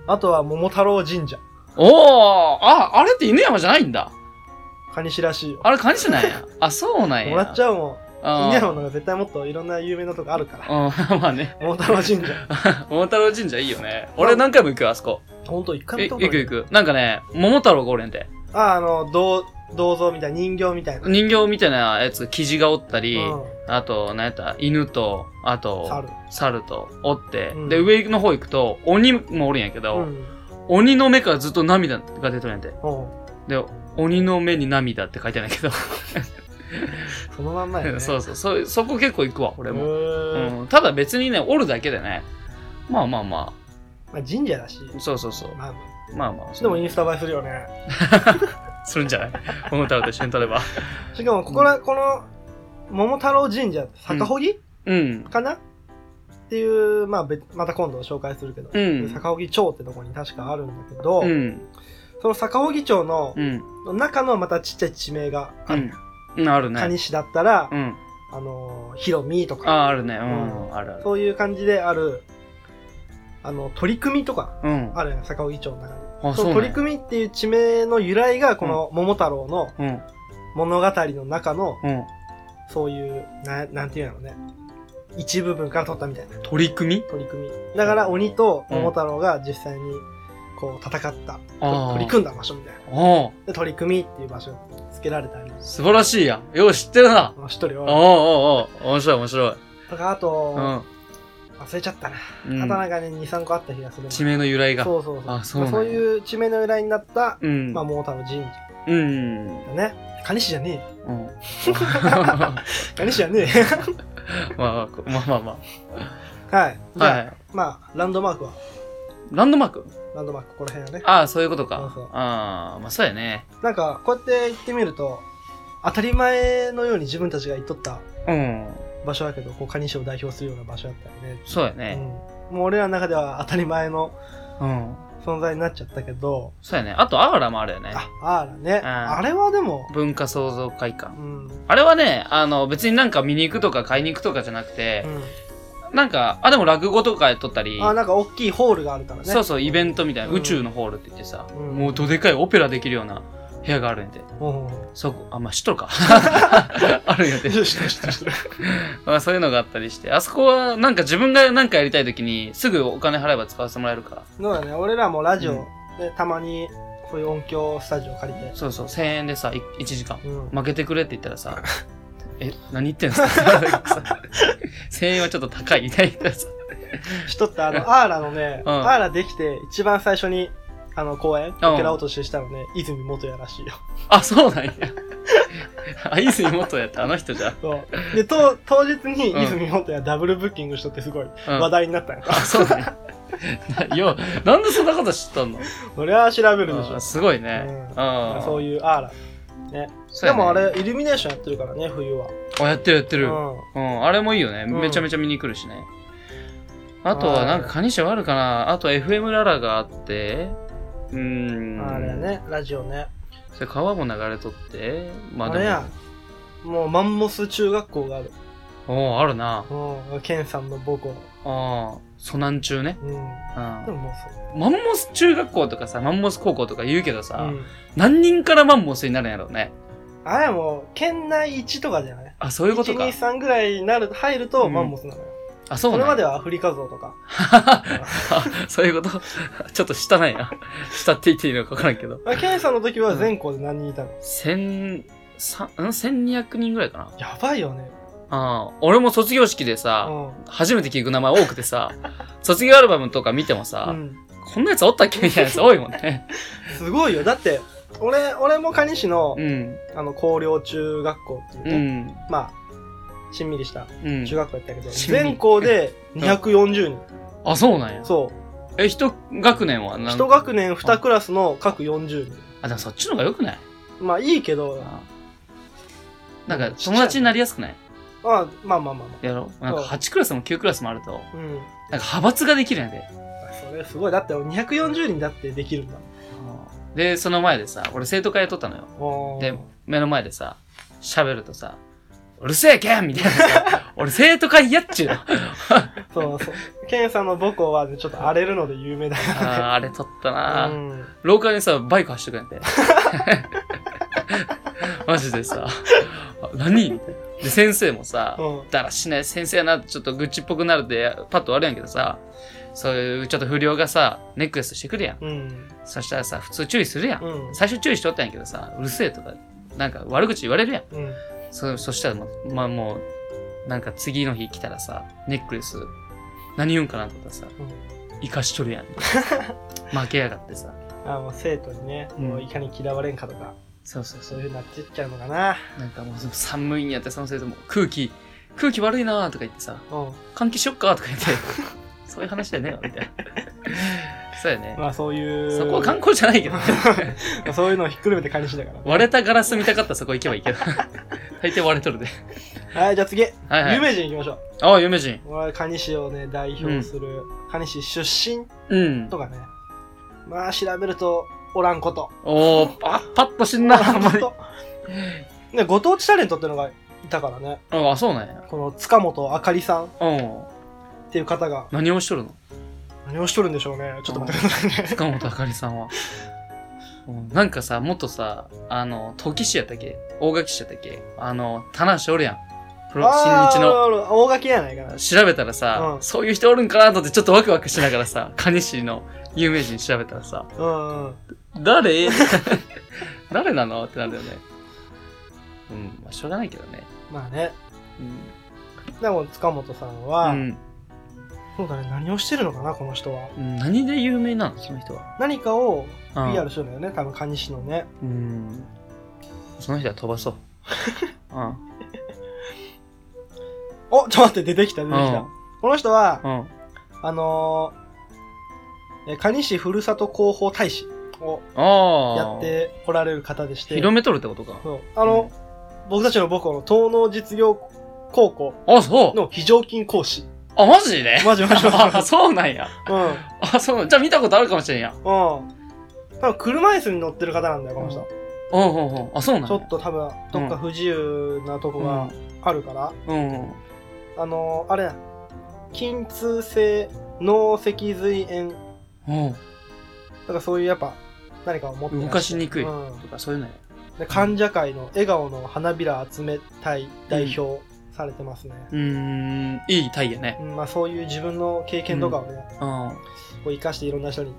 [SPEAKER 2] あとは、桃太郎神社。
[SPEAKER 1] おーあ、あれって犬山じゃないんだ。
[SPEAKER 2] 蟹市らしいよ。
[SPEAKER 1] あれ、感じなん や。あ、そうなんや。
[SPEAKER 2] もらっちゃうもん。
[SPEAKER 1] あ
[SPEAKER 2] 稲
[SPEAKER 1] ー
[SPEAKER 2] 穂の方が絶対もっといろんな有名なとこあるから。
[SPEAKER 1] うん、 まあね。
[SPEAKER 2] 桃太郎神 社。
[SPEAKER 1] 桃太郎神社いいよね。俺何回も行くよ、あそこ。
[SPEAKER 2] ほんと、一回
[SPEAKER 1] え
[SPEAKER 2] 見た
[SPEAKER 1] 行
[SPEAKER 2] こ
[SPEAKER 1] く
[SPEAKER 2] とない
[SPEAKER 1] 行く。なんかね、桃太郎がおるんで。
[SPEAKER 2] あ、あの、銅、銅像みたいな、人形みたいな。
[SPEAKER 1] 人形みたいなやつ、キジがおったり、
[SPEAKER 2] うん
[SPEAKER 1] あと、何やった、犬と、あと、
[SPEAKER 2] 猿。
[SPEAKER 1] 猿とおって、
[SPEAKER 2] うん
[SPEAKER 1] で、上の方行くと、鬼もおるんやけ
[SPEAKER 2] う
[SPEAKER 1] ど、
[SPEAKER 2] ん。
[SPEAKER 1] 鬼の目からずっと涙が出とるんやて。
[SPEAKER 2] うん
[SPEAKER 1] で、鬼の目に涙って書いてないけど、
[SPEAKER 2] そのまんまや ね。
[SPEAKER 1] そうそう、そうそこ結構行くわ、俺
[SPEAKER 2] う
[SPEAKER 1] も。
[SPEAKER 2] ーん
[SPEAKER 1] うん、ただ別にね、おるだけでね、まあまあま
[SPEAKER 2] まあ神社だし、
[SPEAKER 1] あ、そうそうそう。
[SPEAKER 2] まあ、
[SPEAKER 1] まあまあ、そ
[SPEAKER 2] でもインスタ映えするよね。
[SPEAKER 1] するんじゃない桃太郎と一緒に撮 れば。
[SPEAKER 2] しかも、ここら、この、桃太郎神社って、坂堀、
[SPEAKER 1] うん。
[SPEAKER 2] かなっていう、まあ、別また今度紹介するけど、
[SPEAKER 1] うん
[SPEAKER 2] 坂堀町ってとこに確かあるんだけど、
[SPEAKER 1] うん。
[SPEAKER 2] その坂堀町の
[SPEAKER 1] うん。
[SPEAKER 2] 中のまたちっちゃい地名がある。
[SPEAKER 1] うん。あるね。
[SPEAKER 2] 蟹市だったら、
[SPEAKER 1] うん。
[SPEAKER 2] あのー、ヒロミと
[SPEAKER 1] あ
[SPEAKER 2] か、
[SPEAKER 1] あるね。うん。あるある。
[SPEAKER 2] そういう感じである、あの、取り組みとか
[SPEAKER 1] うん。
[SPEAKER 2] あるよね、坂荻町の中に。
[SPEAKER 1] あ、
[SPEAKER 2] そ
[SPEAKER 1] そうな
[SPEAKER 2] の
[SPEAKER 1] ん
[SPEAKER 2] 取
[SPEAKER 1] や
[SPEAKER 2] り組みっていう地名の由来が、この桃太郎の
[SPEAKER 1] うん。
[SPEAKER 2] 物語の中の、
[SPEAKER 1] うん。
[SPEAKER 2] そういう、ななんていうのね、一部分から取ったみたいな
[SPEAKER 1] 取り組み
[SPEAKER 2] 取り組み。だから鬼と桃太郎が実際に、こう、戦った、
[SPEAKER 1] ああ。
[SPEAKER 2] 取り組んだ場所みたいな。
[SPEAKER 1] おう
[SPEAKER 2] で、取り組みっていう場所が付けられたり、
[SPEAKER 1] 素晴らしいやん。よう知ってるな。
[SPEAKER 2] まあ、一人
[SPEAKER 1] おう
[SPEAKER 2] は、
[SPEAKER 1] おうおう面白い面白い。
[SPEAKER 2] とか、あと、
[SPEAKER 1] うん。
[SPEAKER 2] 忘れちゃったな。
[SPEAKER 1] うん
[SPEAKER 2] あとなんかね、2、3個あった気がするな。
[SPEAKER 1] 地名の由来が。
[SPEAKER 2] そうそうそう。
[SPEAKER 1] あそうなんや
[SPEAKER 2] まあそういう地名の由来になった、
[SPEAKER 1] うん。
[SPEAKER 2] まあ、桃太郎神社
[SPEAKER 1] うん。うん。
[SPEAKER 2] だね。蟹市じ ゃねえ。
[SPEAKER 1] ま
[SPEAKER 2] 蟹市じゃ ね
[SPEAKER 1] あまあ、こまあまあま
[SPEAKER 2] え。はい。
[SPEAKER 1] あ。
[SPEAKER 2] じゃあ
[SPEAKER 1] はい。
[SPEAKER 2] まあ、ランドマークは、
[SPEAKER 1] ランドマーク
[SPEAKER 2] ランドマーク、ここら辺はね。
[SPEAKER 1] ああ、そういうことか
[SPEAKER 2] そうそう。
[SPEAKER 1] ああ、まあそうやね。
[SPEAKER 2] なんか、こうやって行ってみると、当たり前のように自分たちが行っとった
[SPEAKER 1] うん。
[SPEAKER 2] 場所やけど、こう、蟹市を代表するような場所やったりね。
[SPEAKER 1] そうや
[SPEAKER 2] う
[SPEAKER 1] ね。
[SPEAKER 2] ん。もう俺らの中では当たり前の
[SPEAKER 1] うん。
[SPEAKER 2] 存在になっちゃったけど、
[SPEAKER 1] そうやね。あと、アーラもあるよね。
[SPEAKER 2] あ、あらね。
[SPEAKER 1] ん
[SPEAKER 2] あれはでも、
[SPEAKER 1] 文化創造会
[SPEAKER 2] う
[SPEAKER 1] 館。
[SPEAKER 2] ん。うん。
[SPEAKER 1] あれはね、あの、別になんか見に行くとか買いに行くとかじゃなくて、なんか、あ、でも落語とかやっとったり、
[SPEAKER 2] あ、なんか大きいホールがあるからね。
[SPEAKER 1] そうそう、イベントみたいな、
[SPEAKER 2] うん
[SPEAKER 1] 宇宙のホールって言ってさ、
[SPEAKER 2] うん
[SPEAKER 1] もうどでかいオペラできるような部屋があるんやて。
[SPEAKER 2] うん。うん。
[SPEAKER 1] そこ、あ、まあ、知っと るか。あるん やて。
[SPEAKER 2] よしよしよしよし
[SPEAKER 1] まあ、そういうのがあったりして、あそこはなんか自分がなんかやりたい時に、すぐお金払えば使わせてもらえるから。
[SPEAKER 2] そうだね、俺らもラジ
[SPEAKER 1] う
[SPEAKER 2] オ
[SPEAKER 1] ん
[SPEAKER 2] でたまにそういう音響スタジオ借りて。
[SPEAKER 1] そうそう、1000円でさ、い1時間。
[SPEAKER 2] うん。
[SPEAKER 1] 負けてくれって言ったら さ、え、何言ってんすか ?1000 円はちょっと高いみたいなさ。
[SPEAKER 2] 人ってあ の、アーラのね、
[SPEAKER 1] うん
[SPEAKER 2] アーラできて一番最初に、あの、公演、オ
[SPEAKER 1] うん
[SPEAKER 2] ケラ落とししたのね、泉元也らしいよ。
[SPEAKER 1] あ、そうなんや。あ、泉元やった、あの人じゃ。
[SPEAKER 2] そう。で、と当日に
[SPEAKER 1] うん
[SPEAKER 2] 泉元也ダブルブッキングしとってすごい
[SPEAKER 1] うん
[SPEAKER 2] 話題になったんや。
[SPEAKER 1] あ、そうなんや。なよう、なんでそんなこと知ったの
[SPEAKER 2] そりゃ調べるでし
[SPEAKER 1] あ
[SPEAKER 2] ょ。
[SPEAKER 1] すごいね。
[SPEAKER 2] う
[SPEAKER 1] あ
[SPEAKER 2] そう
[SPEAKER 1] いう
[SPEAKER 2] いうアーラ。
[SPEAKER 1] そう
[SPEAKER 2] で
[SPEAKER 1] やね
[SPEAKER 2] もあれ、イルミネーションやってるからね、冬は。
[SPEAKER 1] あ、やってるやってる。
[SPEAKER 2] うん。
[SPEAKER 1] うん、あれもいいよね。
[SPEAKER 2] うん
[SPEAKER 1] めちゃめちゃ見に来るしね。あとは、なんか、カニシはあるかな。あと、FM ララがあって、うーん。
[SPEAKER 2] あれや。ね、ラジオね。
[SPEAKER 1] それ川も流れとって、まあ
[SPEAKER 2] あ
[SPEAKER 1] で
[SPEAKER 2] れや
[SPEAKER 1] も、。
[SPEAKER 2] もうマンモス中学校がある。
[SPEAKER 1] おーあるな。
[SPEAKER 2] うん。ケンさんの母校。
[SPEAKER 1] ああ、蘇南中ね。
[SPEAKER 2] うん。
[SPEAKER 1] うん
[SPEAKER 2] でももうそう。
[SPEAKER 1] マンモス中学校とかさ、マンモス高校とか言うけどさ、
[SPEAKER 2] うん
[SPEAKER 1] 何人からマンモスになるんやろうね。
[SPEAKER 2] あれはもう、県内1とかじゃない
[SPEAKER 1] あ、そういうことか
[SPEAKER 2] ?1、。2、3ぐらいになる、入るとマンモスなのよ。
[SPEAKER 1] あ、そう
[SPEAKER 2] そ
[SPEAKER 1] なん
[SPEAKER 2] れ
[SPEAKER 1] や
[SPEAKER 2] まではアフリカゾウとか。
[SPEAKER 1] あ そういうことちょっと下ないな。下って言っていいのか分からんけど。
[SPEAKER 2] まあケンさんの時は全校で何人いたの
[SPEAKER 1] 千、三、うん千二百人ぐらいかな。
[SPEAKER 2] やばいよね。
[SPEAKER 1] ああ、俺も卒業式で
[SPEAKER 2] う
[SPEAKER 1] さ、
[SPEAKER 2] ん。
[SPEAKER 1] 初めて聞く名前多くてさ、卒業アルバムとか見てもさ、
[SPEAKER 2] うん
[SPEAKER 1] こんなやつおったっけみたいなやつ多いもん ね。
[SPEAKER 2] すごいよ。だって、俺、俺も蟹市の
[SPEAKER 1] う、ん。
[SPEAKER 2] あの、高陵中学校っていう
[SPEAKER 1] う
[SPEAKER 2] ね、
[SPEAKER 1] ん。
[SPEAKER 2] まあ、しんみりした
[SPEAKER 1] うん。
[SPEAKER 2] 中学校やったけど、
[SPEAKER 1] しんみり
[SPEAKER 2] 全校で240
[SPEAKER 1] あ、そうなんや
[SPEAKER 2] 人。。そ
[SPEAKER 1] え、一学年は
[SPEAKER 2] う。
[SPEAKER 1] 何
[SPEAKER 2] 一学年二クラスの各40人。
[SPEAKER 1] あ、でもそっちの方が良くない
[SPEAKER 2] まあ、いいけど、
[SPEAKER 1] あなんか友達になりやすくない
[SPEAKER 2] まあ、まあまあまあま
[SPEAKER 1] やろなんか
[SPEAKER 2] そう
[SPEAKER 1] 8クラスも9クラスもあると、なんか
[SPEAKER 2] あ。うん。
[SPEAKER 1] 派閥ができるんやで。
[SPEAKER 2] それすごい。だって240人だってできるんだ。
[SPEAKER 1] で、その前でさ、俺生徒会とったのよ。
[SPEAKER 2] おー
[SPEAKER 1] で、目の前でさ、喋るとさ、うるせえけんみたいな さ、俺生徒会やっちゅうの。
[SPEAKER 2] そうそう。ケンさんの母校はね、ちょっと荒れるので有名だ
[SPEAKER 1] あー あれ撮ったな、
[SPEAKER 2] うん。
[SPEAKER 1] 廊下にさ、バイク走ってくれん て。マジでさ、あ何みたいなで、先生もさ、
[SPEAKER 2] うん
[SPEAKER 1] だらしない先生やなってちょっと愚痴っぽくなるで、パッと終わるんやけどさ、そういうちょっと不良がさ、ネックレスしてくるやん。
[SPEAKER 2] うん。
[SPEAKER 1] そしたらさ、普通注意するやん。
[SPEAKER 2] うん。
[SPEAKER 1] 最初注意しとったんやけどさ、うるせえとか、なんか悪口言われるやん。
[SPEAKER 2] うん。
[SPEAKER 1] そそしたらもう、まあもう、なんか次の日来たらさ、ネックレス、何言うんかなと思ったらさ、生かしとる やん。負けやがってさ。
[SPEAKER 2] あもう生徒にね、
[SPEAKER 1] うん
[SPEAKER 2] もういかに嫌われんかとか、
[SPEAKER 1] そうそうそ
[SPEAKER 2] そう
[SPEAKER 1] う
[SPEAKER 2] いう。風になってっちゃうのかな。
[SPEAKER 1] なんかもう寒いんやって、その生徒も空気、空気悪いなーとか言ってさ、
[SPEAKER 2] うん。
[SPEAKER 1] 換気しよっかとか言って、そういう話だよねみたいな。そうやね。
[SPEAKER 2] まあそういう、
[SPEAKER 1] そこは観光じゃないけどね。
[SPEAKER 2] そういうのをひっくるめて管理士だから。
[SPEAKER 1] 割れたガラス見たかったらそこ行けばいいけ ど。大抵割れとるで。
[SPEAKER 2] はい、じゃあ次、
[SPEAKER 1] はいはい。
[SPEAKER 2] 有名人行きましょ
[SPEAKER 1] ああ、有名人。
[SPEAKER 2] う。俺は蟹市をね、代表する、蟹市出身
[SPEAKER 1] うん。
[SPEAKER 2] とかね。まあ調べると、おらんこと。
[SPEAKER 1] おー、パパッとし んな、 あんまり。
[SPEAKER 2] ね、ご当地タレントってのがいたからね。
[SPEAKER 1] ああ、そうなんや。
[SPEAKER 2] この塚本あかりさんっ
[SPEAKER 1] うん。
[SPEAKER 2] ていう方が、
[SPEAKER 1] 何をしとるの
[SPEAKER 2] 何をしとるんでしょうね。ちょっと待ってくださいね。
[SPEAKER 1] 塚本あかりさん は。うんなんかさ、もっとさ、あの、陶器師やったっけ大垣師やったっけあの、棚橋おるやん。プロ、
[SPEAKER 2] あー
[SPEAKER 1] 新日の。
[SPEAKER 2] おるおる大垣やないかな。
[SPEAKER 1] 調べたらさ、
[SPEAKER 2] うん
[SPEAKER 1] そういう人おるんかなと思ってちょっとワクワクしながらさ、蟹市の有名人調べたらさ、
[SPEAKER 2] うんうん。
[SPEAKER 1] 誰 誰なのってなるよね。うん、まあ、しょうがないけどね。
[SPEAKER 2] まあね。
[SPEAKER 1] うん。
[SPEAKER 2] でも塚本さん
[SPEAKER 1] う
[SPEAKER 2] は、
[SPEAKER 1] ん
[SPEAKER 2] そうだね、何をしてるのかな、この人は。
[SPEAKER 1] うん、何で有名なのその人は。
[SPEAKER 2] 何かを
[SPEAKER 1] うん
[SPEAKER 2] PR してるんだよね、多分蟹市のね。
[SPEAKER 1] うん。その人は飛 ばそう。うん。
[SPEAKER 2] おちょっと待って、出てきた、出
[SPEAKER 1] う
[SPEAKER 2] てきた。
[SPEAKER 1] ん。
[SPEAKER 2] この人は、
[SPEAKER 1] うん。
[SPEAKER 2] あのー、え蟹市ふるさと広報大使を
[SPEAKER 1] ああ。
[SPEAKER 2] やっておられる方でして、
[SPEAKER 1] 広めとるってことか。
[SPEAKER 2] そうあの、僕たちの母校の東農実業高校
[SPEAKER 1] あ、そう
[SPEAKER 2] の非常勤講師。
[SPEAKER 1] あ、マジで
[SPEAKER 2] マジマジマジ
[SPEAKER 1] あ、そうなんや。
[SPEAKER 2] うん。うん。
[SPEAKER 1] あ、そうなんじゃあ見たことあるかもしれんや。
[SPEAKER 2] 多分車椅子に乗ってる方なんだよ、この人。
[SPEAKER 1] うんうんうん。あ、そうなんや。
[SPEAKER 2] ちょっと多分、どっか不自由なとこがあるから、
[SPEAKER 1] うんうん。
[SPEAKER 2] あのー、あれや、筋痛性脳脊髄炎、だ
[SPEAKER 1] うん。
[SPEAKER 2] からそういうやっぱ、何かを持ってらっゃる
[SPEAKER 1] 動かしにくい
[SPEAKER 2] うん
[SPEAKER 1] とか、そういうのや。
[SPEAKER 2] で患者会の笑顔の花びら集めたい代表されてますね、
[SPEAKER 1] うーん、いいタイやね。
[SPEAKER 2] うんまあ、そういう自分の経験とかをね、
[SPEAKER 1] うん。あ
[SPEAKER 2] こう生かしていろんな人に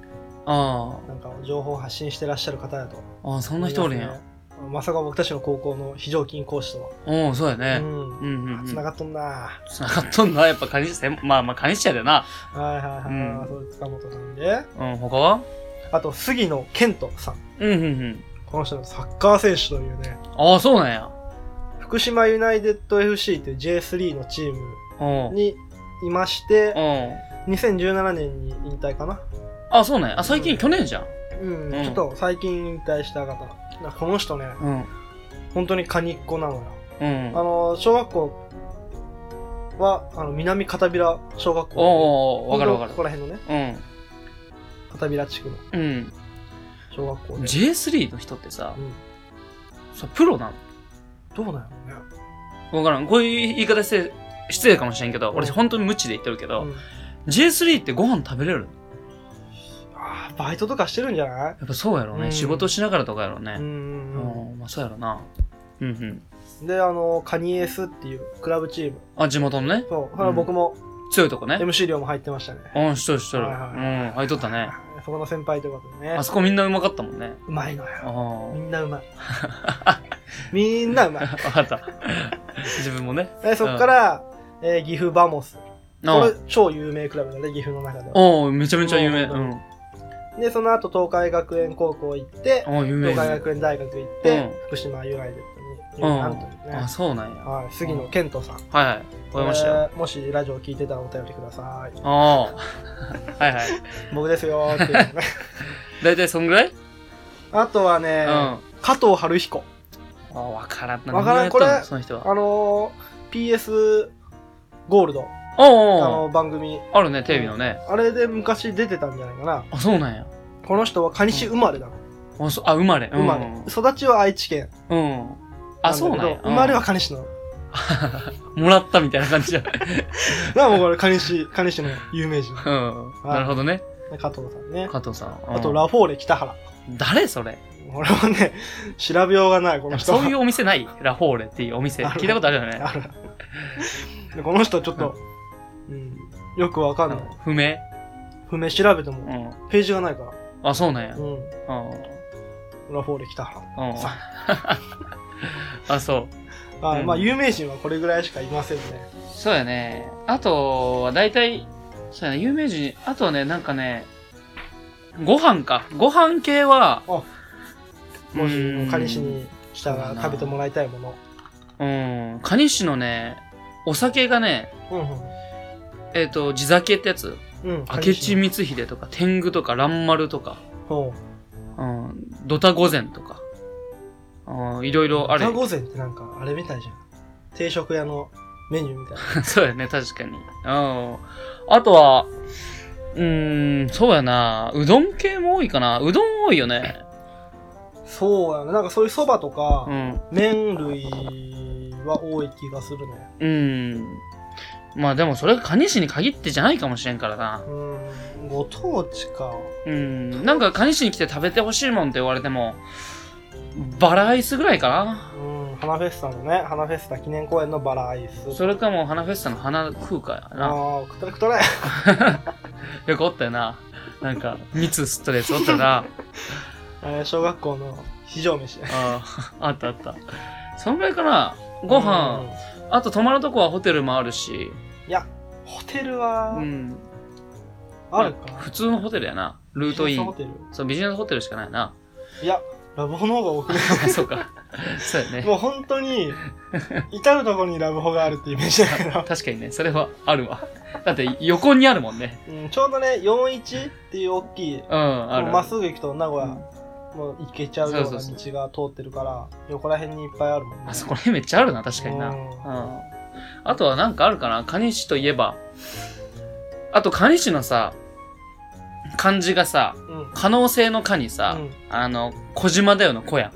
[SPEAKER 1] あ。
[SPEAKER 2] なんか情報を発信してらっしゃる方だと
[SPEAKER 1] ああ、そんな人お
[SPEAKER 2] 思い
[SPEAKER 1] るん
[SPEAKER 2] ます
[SPEAKER 1] や
[SPEAKER 2] ね。まさか僕たちの高校の非常勤講師と
[SPEAKER 1] うん、そうや
[SPEAKER 2] は、
[SPEAKER 1] ね。
[SPEAKER 2] うん
[SPEAKER 1] うんうん、うん。
[SPEAKER 2] つな
[SPEAKER 1] が
[SPEAKER 2] がっとんな
[SPEAKER 1] つながっとんな。やっぱ、カニシ、まあまあ、カニシやだよな。
[SPEAKER 2] はいはいはい、
[SPEAKER 1] うん
[SPEAKER 2] そういう塚本さんで
[SPEAKER 1] うん、他は
[SPEAKER 2] あと杉野健人さん
[SPEAKER 1] うん、うん、うん。
[SPEAKER 2] この人のサッカー選手というね
[SPEAKER 1] ああ、そうなんや。
[SPEAKER 2] 福島ユナイテッド FC という J3 のチーム
[SPEAKER 1] うん。うん。
[SPEAKER 2] にいまして2017年に引退かな
[SPEAKER 1] あ、そうなんや。あ、最近、去年じゃん。
[SPEAKER 2] うん、
[SPEAKER 1] うん
[SPEAKER 2] ちょっと最近引退した方なこの人ね
[SPEAKER 1] うん。
[SPEAKER 2] 本当にカニっ子なのよ、
[SPEAKER 1] うん。
[SPEAKER 2] あの小学校はあの南片平小学
[SPEAKER 1] お
[SPEAKER 2] 校
[SPEAKER 1] おおわかるわかる
[SPEAKER 2] こ。こら辺のね
[SPEAKER 1] うん。
[SPEAKER 2] 片平地区の
[SPEAKER 1] うん。
[SPEAKER 2] 小学校で、
[SPEAKER 1] J3 の人ってさ
[SPEAKER 2] う、ん、
[SPEAKER 1] そうプロな
[SPEAKER 2] どうなんやろ
[SPEAKER 1] のわからん。こういう言い方して、失礼かもしれんけど、
[SPEAKER 2] う
[SPEAKER 1] 俺
[SPEAKER 2] ん
[SPEAKER 1] 本当に無知で言ってるけど、
[SPEAKER 2] うね、うん、
[SPEAKER 1] J3 ってご飯食べれる
[SPEAKER 2] あーバイトとかしてるんじゃない
[SPEAKER 1] やっぱそうやろうね。
[SPEAKER 2] うん
[SPEAKER 1] 仕事しながらとかやろう
[SPEAKER 2] う
[SPEAKER 1] ね。うんん、まあそうやろうな。うんうん。
[SPEAKER 2] であのカニエースっていうクラブチーム
[SPEAKER 1] あ、地元のね、
[SPEAKER 2] そうそれは僕も
[SPEAKER 1] 強いとこね。
[SPEAKER 2] MC 寮も入ってましたね、
[SPEAKER 1] うん、しとるしとる。う
[SPEAKER 2] は
[SPEAKER 1] ん
[SPEAKER 2] いはい、
[SPEAKER 1] 入っとったね。
[SPEAKER 2] そこの先輩ということでね
[SPEAKER 1] あそこみんなうまかったもんね。
[SPEAKER 2] うまいの
[SPEAKER 1] あ
[SPEAKER 2] よ
[SPEAKER 1] あ。
[SPEAKER 2] みんなう まいみんなうまい
[SPEAKER 1] わかった。 自分もね。
[SPEAKER 2] でそこから、えー岐阜バモス。こ
[SPEAKER 1] あ
[SPEAKER 2] れ超有名クラブだね、岐阜の中では。
[SPEAKER 1] あ、めちゃめちゃ有名。うん。
[SPEAKER 2] で、その後東海学園高校行って、
[SPEAKER 1] ああ、有名
[SPEAKER 2] 東海
[SPEAKER 1] 人。
[SPEAKER 2] 学園大学行って、
[SPEAKER 1] うん
[SPEAKER 2] 福島ユナイテッドに
[SPEAKER 1] うん
[SPEAKER 2] なるというね
[SPEAKER 1] あ、。そうなんや。
[SPEAKER 2] はい、杉野健人さん。
[SPEAKER 1] はいはい。覚えましたよ。
[SPEAKER 2] えーもしラジオ聞いてたらお便りください。
[SPEAKER 1] ああ。 はいはい。
[SPEAKER 2] 僕ですよーって いうね
[SPEAKER 1] だいたいそんぐらい、
[SPEAKER 2] あとはね、
[SPEAKER 1] うん。
[SPEAKER 2] 加藤春彦。
[SPEAKER 1] あわからんな。
[SPEAKER 2] わか
[SPEAKER 1] 何を
[SPEAKER 2] らん
[SPEAKER 1] やっと
[SPEAKER 2] これ
[SPEAKER 1] のその人は。
[SPEAKER 2] あのー、PS ゴールド、あ
[SPEAKER 1] おうおう
[SPEAKER 2] の番組、
[SPEAKER 1] あるね、テレビのね。
[SPEAKER 2] あれで昔出てたんじゃないかな。
[SPEAKER 1] あ、そうなんや。
[SPEAKER 2] この人は蟹市生まれだ。
[SPEAKER 1] あ、そあ生まれ。うん
[SPEAKER 2] 生まれ。育ちは愛知県。
[SPEAKER 1] うん。あ、そうなんや。うん
[SPEAKER 2] 生まれは。蟹市なの。
[SPEAKER 1] もらったみたいな感じだ。
[SPEAKER 2] だからもうこれ、蟹市、蟹市の有名人。
[SPEAKER 1] うん。なるほどね。
[SPEAKER 2] 加藤さんね。
[SPEAKER 1] 加藤さん。うん
[SPEAKER 2] あと、ラフォーレ北原。
[SPEAKER 1] 誰それ
[SPEAKER 2] 俺はね、調べようがない、この人
[SPEAKER 1] そ
[SPEAKER 2] は。
[SPEAKER 1] ういうお店ないラフォーレっていうお店。
[SPEAKER 2] ある
[SPEAKER 1] 聞いたことあるよね。
[SPEAKER 2] ある。でこの人ちょっと、うん、よくわかんない。
[SPEAKER 1] 不明。
[SPEAKER 2] 不明調べて
[SPEAKER 1] う
[SPEAKER 2] も、
[SPEAKER 1] ん。
[SPEAKER 2] ページがないから。
[SPEAKER 1] あ、そうなんや。う。
[SPEAKER 2] うんん。ラフォーレ北原。
[SPEAKER 1] うん
[SPEAKER 2] さ。
[SPEAKER 1] あ、そう。
[SPEAKER 2] あ
[SPEAKER 1] うん
[SPEAKER 2] まあ、有名人はこれぐらいしかいませんね。
[SPEAKER 1] そうやね。あとは大体、そうやね、有名人、あとはね、なんかね、ご飯か。ご飯系は、
[SPEAKER 2] あもし、彼氏
[SPEAKER 1] 氏。
[SPEAKER 2] にしたら食べてもらいたいもの。
[SPEAKER 1] うん。カニ氏のね、お酒がね、
[SPEAKER 2] うんうん。
[SPEAKER 1] えっ、と、地酒ってやつ。
[SPEAKER 2] うん。
[SPEAKER 1] 明智光秀とか天狗とか蘭丸とか、
[SPEAKER 2] ほ
[SPEAKER 1] うん、ドタ御前とか、うんいろいろあ
[SPEAKER 2] う。
[SPEAKER 1] る
[SPEAKER 2] タ。御前ってなんか、あれみたいじゃん。定食屋のメニューみたいな。
[SPEAKER 1] そうやね、確かに。うん。あとは、うーん、そうやな。うどん系も多いかな。うどん多いよね。
[SPEAKER 2] そうやな。なんかそういう蕎麦とか
[SPEAKER 1] う、ん。
[SPEAKER 2] 麺類は多い気がするね。
[SPEAKER 1] うん。まあでもそれが蟹市に限ってじゃないかもしれんからな。
[SPEAKER 2] うん。ご当地か。
[SPEAKER 1] うん。なんか蟹市に来て食べてほしいもんって言われても、バラアイスぐらいかな。
[SPEAKER 2] うん。花フェスタのね、花フェスタ記念公園のバラアイス。
[SPEAKER 1] それかもう花フェスタの花食うかやな。
[SPEAKER 2] ああ、くとれくとれ。
[SPEAKER 1] よくおったよな。なんか、蜜吸っとるやつおったよ な。
[SPEAKER 2] えー小学校の非常飯。
[SPEAKER 1] ああ、あったあった。そんぐらいかな。ご飯、
[SPEAKER 2] うん
[SPEAKER 1] あと泊まるとこはホテルもあるし、
[SPEAKER 2] いや、ホテル
[SPEAKER 1] う
[SPEAKER 2] は、
[SPEAKER 1] ん。
[SPEAKER 2] ある
[SPEAKER 1] まあ
[SPEAKER 2] か。
[SPEAKER 1] 普通のホテルやな。ルートイ
[SPEAKER 2] ビジネス
[SPEAKER 1] ン
[SPEAKER 2] ホ。テル
[SPEAKER 1] そう、ビジネスホテルしかない な。
[SPEAKER 2] いや、ラブホの方が多く ない
[SPEAKER 1] そうか。そうやね。
[SPEAKER 2] もう本当に、至るところにラブホがあるってイメージ だから。
[SPEAKER 1] 確かにね、それはあるわ。だって横にあるもんね。
[SPEAKER 2] うん、ちょうどね、41っていう大きい、
[SPEAKER 1] うん、ある。
[SPEAKER 2] まっすぐ行くと名古
[SPEAKER 1] う
[SPEAKER 2] 屋、
[SPEAKER 1] ん
[SPEAKER 2] もう行けちゃうような
[SPEAKER 1] そう
[SPEAKER 2] 道
[SPEAKER 1] そう
[SPEAKER 2] が通ってるから、横ら辺にいっぱいあるもんね。
[SPEAKER 1] あそこら辺めっちゃあるな、確かにな。
[SPEAKER 2] う
[SPEAKER 1] うん。
[SPEAKER 2] ん
[SPEAKER 1] あとはなんかあるかな。蟹市といえば、あと蟹市のさ、漢字がさ、
[SPEAKER 2] うん。うん。
[SPEAKER 1] 可能性の可にさ、あの、小島だよの子やん。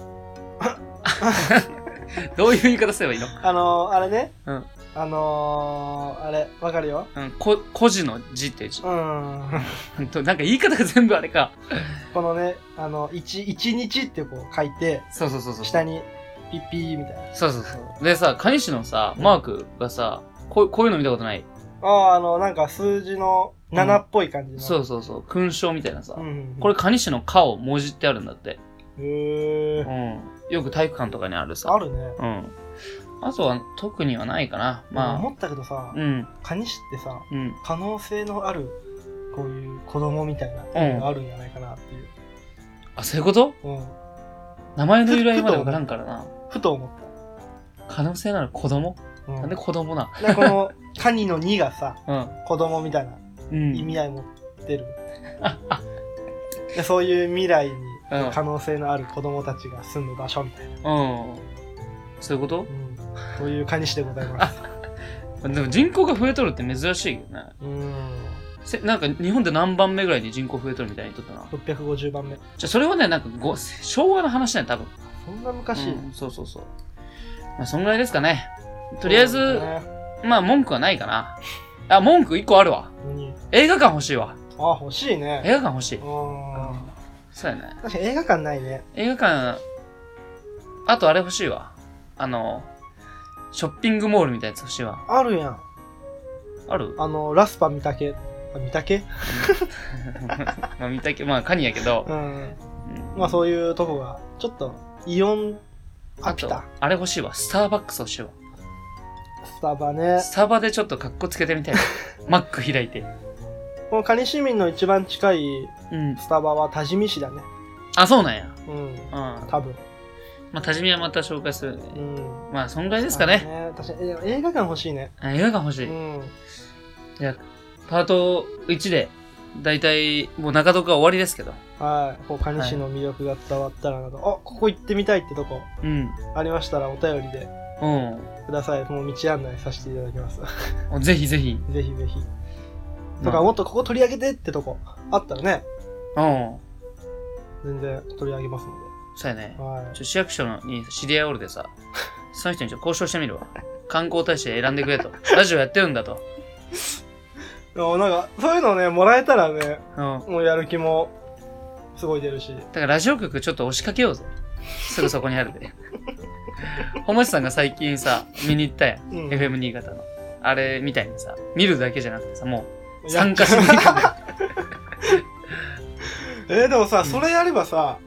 [SPEAKER 1] どういう言い方すればいいの
[SPEAKER 2] あのー、あれね。
[SPEAKER 1] うん
[SPEAKER 2] あのー、あれ、わかるよ。
[SPEAKER 1] うん、こ、孤児の字って字
[SPEAKER 2] う。ん。
[SPEAKER 1] ほんとなんか言い方が全部あれか。
[SPEAKER 2] このね、あの、一、一日ってこう書いて、
[SPEAKER 1] そうそうそうそう。
[SPEAKER 2] 下にピッピーみたいな。
[SPEAKER 1] そうそうそう。でさ、蟹市のさ、マークがさ、こうこういうの見たことない。
[SPEAKER 2] ああ、あの、なんか数字の7っぽい感じの。
[SPEAKER 1] そうそうそう。勲章みたいなさ。
[SPEAKER 2] うんうんうん。
[SPEAKER 1] これ蟹市の「か」をもじってあるんだって。
[SPEAKER 2] へ
[SPEAKER 1] う
[SPEAKER 2] ー
[SPEAKER 1] ん。よく体育館とかにあるさ。
[SPEAKER 2] あるね。
[SPEAKER 1] うん。あとは特にはないかな。ま
[SPEAKER 2] 思ったけどさ
[SPEAKER 1] あ。う、ん。
[SPEAKER 2] 蟹市ってさ、
[SPEAKER 1] うん。
[SPEAKER 2] 可能性のある、こういう子供みたいな、
[SPEAKER 1] うん
[SPEAKER 2] あるんじゃないかなっていう。
[SPEAKER 1] あ、そういうこと
[SPEAKER 2] うん。
[SPEAKER 1] 名前の由来までわからんからな。
[SPEAKER 2] ふと思っ
[SPEAKER 1] 可能性なら子供
[SPEAKER 2] た。うん
[SPEAKER 1] なんで子供な。
[SPEAKER 2] なんかこの、 カニの2がさ、
[SPEAKER 1] うん。
[SPEAKER 2] 子供みたいな
[SPEAKER 1] う
[SPEAKER 2] 意
[SPEAKER 1] ん。
[SPEAKER 2] 味合い持ってる。でそういう未来に
[SPEAKER 1] うん
[SPEAKER 2] 可能性のある子供たちが住む場所みたいな。
[SPEAKER 1] うん。そういうこと
[SPEAKER 2] うん。そういう蟹市でございます。
[SPEAKER 1] でも人口が増えとるって珍しいけどね。
[SPEAKER 2] うん。
[SPEAKER 1] せなんか日本で何番目ぐらいに人口増えとるみたいに言っとったな。
[SPEAKER 2] 650番目。
[SPEAKER 1] じゃあそれはね、なんかご昭和の話だよ、多分。
[SPEAKER 2] そんな昔、
[SPEAKER 1] うんそうそうそう。まあ、そんぐらいですかね。とりあえず、
[SPEAKER 2] そうだね
[SPEAKER 1] まあ、文句はないかな。あ、文句1個あるわ。
[SPEAKER 2] 何
[SPEAKER 1] 映画館欲しいわ。
[SPEAKER 2] あ、欲しい
[SPEAKER 1] 映
[SPEAKER 2] ね。
[SPEAKER 1] 画館欲しい。
[SPEAKER 2] うん。
[SPEAKER 1] そうやね。
[SPEAKER 2] 確かに映画館ないね。
[SPEAKER 1] 映画館、あとあれ欲しいわ。あの、ショッピングモールみたいなやつ欲しいわ。
[SPEAKER 2] あるやん。
[SPEAKER 1] ある
[SPEAKER 2] あの、ラスパ見たけ。あ、見たけ
[SPEAKER 1] まあ、見たけ、まあ、カニやけど
[SPEAKER 2] う。ん。
[SPEAKER 1] うん
[SPEAKER 2] まあそういうとこが、ちょっと、イオン、
[SPEAKER 1] あ
[SPEAKER 2] 飽き
[SPEAKER 1] と
[SPEAKER 2] た。、
[SPEAKER 1] あれ欲しいわ。スターバックス欲しいわ。
[SPEAKER 2] スタバね。
[SPEAKER 1] スタバでちょっと格好つけてみたいわ。マック開いて。
[SPEAKER 2] この蟹市民の一番近い
[SPEAKER 1] うん。
[SPEAKER 2] スタバは多治見市だね。
[SPEAKER 1] あ、そうなんや。
[SPEAKER 2] うん。
[SPEAKER 1] うん。ま
[SPEAKER 2] 多分。
[SPEAKER 1] あ、多治見はまた紹介するんで。
[SPEAKER 2] うん。
[SPEAKER 1] まあ、そんぐらいですかね。
[SPEAKER 2] ね。確かに、え映画館欲しいね。
[SPEAKER 1] あ映画館欲し
[SPEAKER 2] う
[SPEAKER 1] い。
[SPEAKER 2] ん。
[SPEAKER 1] パート1で、だいたいもう中徳は終わりですけど。
[SPEAKER 2] はい。こう、蟹市の魅力が伝わったらなと。あ、ここ行ってみたいってとこ
[SPEAKER 1] うん。
[SPEAKER 2] ありましたらお便りで
[SPEAKER 1] う
[SPEAKER 2] ください。もう道案内させていただきます。
[SPEAKER 1] ん。ぜひぜひ。
[SPEAKER 2] ぜひぜひ。
[SPEAKER 1] ま
[SPEAKER 2] と
[SPEAKER 1] あ
[SPEAKER 2] か、もっとここ取り上げてってとこあったらね、
[SPEAKER 1] うん。
[SPEAKER 2] 全然取り上げますの
[SPEAKER 1] そうやね
[SPEAKER 2] で。。はい。
[SPEAKER 1] ちょ市役所のに知り合いおるでさ、その人にちょっと交渉してみるわ。観光大使選んでくれと。ラジオやってるんだと。
[SPEAKER 2] でもなんか、そういうのね、もらえたらね、
[SPEAKER 1] うん。
[SPEAKER 2] もうやる気もすごい出るし。
[SPEAKER 1] だからラジオ局ちょっと押しかけ ようぜ。すぐそこにあるで。ほもちさんが最近さ、見に行ったやん。
[SPEAKER 2] うん
[SPEAKER 1] FM 新潟の。あれみたいにさ、見るだけじゃなくてさ、もう
[SPEAKER 2] や
[SPEAKER 1] 参加しに行くんだよ。
[SPEAKER 2] えーでもさ、
[SPEAKER 1] ん
[SPEAKER 2] それやればさ、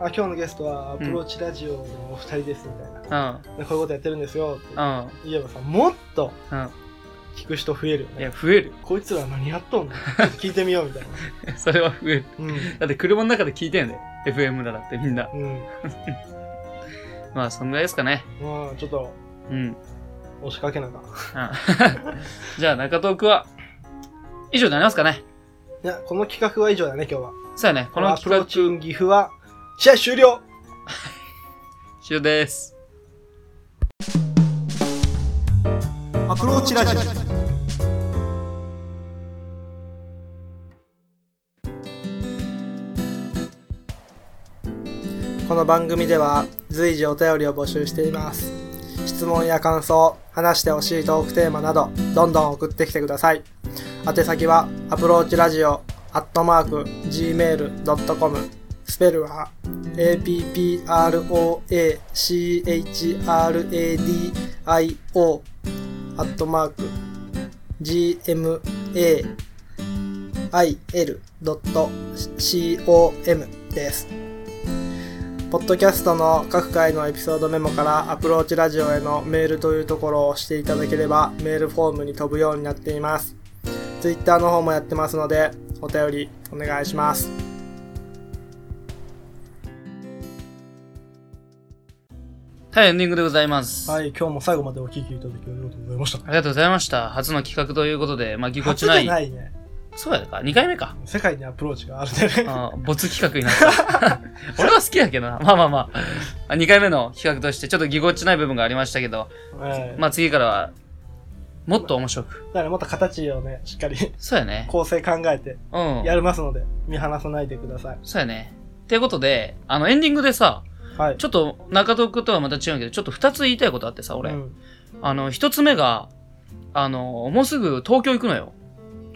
[SPEAKER 2] あ、今日のゲストはアプローチラジオのお二人ですみたいな。
[SPEAKER 1] う
[SPEAKER 2] でこういうことやってるんですよって
[SPEAKER 1] ん。うん。
[SPEAKER 2] 言えばさ、もっと
[SPEAKER 1] うん。
[SPEAKER 2] 聞く人増えるよ
[SPEAKER 1] い
[SPEAKER 2] ね。
[SPEAKER 1] や、増える。
[SPEAKER 2] こいつら何やっとんのちょっと聞いてみようみたいな。
[SPEAKER 1] それは増える。
[SPEAKER 2] う
[SPEAKER 1] だって車の中で聞いてんだよ。FM だってみんな。
[SPEAKER 2] ん。うん。
[SPEAKER 1] まあ、そんぐらいですかね。
[SPEAKER 2] まあ、ちょっと
[SPEAKER 1] うん。うん
[SPEAKER 2] 押しかけなあかん。
[SPEAKER 1] じゃあ、中東区は、以上になりますかね。
[SPEAKER 2] いや、この企画は以上だね、今日は。
[SPEAKER 1] そうやね、この
[SPEAKER 2] アプローチ
[SPEAKER 1] 企
[SPEAKER 2] ン岐阜は、試合終了
[SPEAKER 1] 画終了です。
[SPEAKER 2] アプローチラジオ。この番組では随時お便りを募集しています。質問や感想、話してほしいトークテーマなど、どんどん送ってきてください。宛先は、アプローチラジオ、アットマーク、gmail.com、スペルは、approachradio、アットマーク、gmail.com です。ポッドキャストの各回のエピソードメモからアプローチラジオへのメールというところを押していただければメールフォームに飛ぶようになっています。ツイッターの方もやってますのでお便りお願いします。
[SPEAKER 1] はい、エンディングでございます。
[SPEAKER 2] い、今日も最後までお聞きいただきありがとうございました。
[SPEAKER 1] ありがとうございました。初の企画ということで、まあ、ぎこちない。
[SPEAKER 2] ないね。
[SPEAKER 1] そうやか、2回目か。
[SPEAKER 2] 世界にアプローチがあるね。
[SPEAKER 1] あー没企画になった。 俺は好きやけどな。まあまあまあ。2回目の企画として、ちょっとぎこちない部分がありましたけど、
[SPEAKER 2] はい。
[SPEAKER 1] まあ次からは、もっと面白く。
[SPEAKER 2] だからもっと形をね、しっかり
[SPEAKER 1] そうやね。
[SPEAKER 2] 構成考えて
[SPEAKER 1] うん。
[SPEAKER 2] やりますので、見放さないでください。
[SPEAKER 1] そうやね。ってことで、あの、エンディングでさ、
[SPEAKER 2] はい。
[SPEAKER 1] ちょっと中東区とはまた違うけど、ちょっと2つ言いたいことあってさ、俺。
[SPEAKER 2] うん
[SPEAKER 1] あの、1つ目が、あの、もうすぐ東京行くのよ。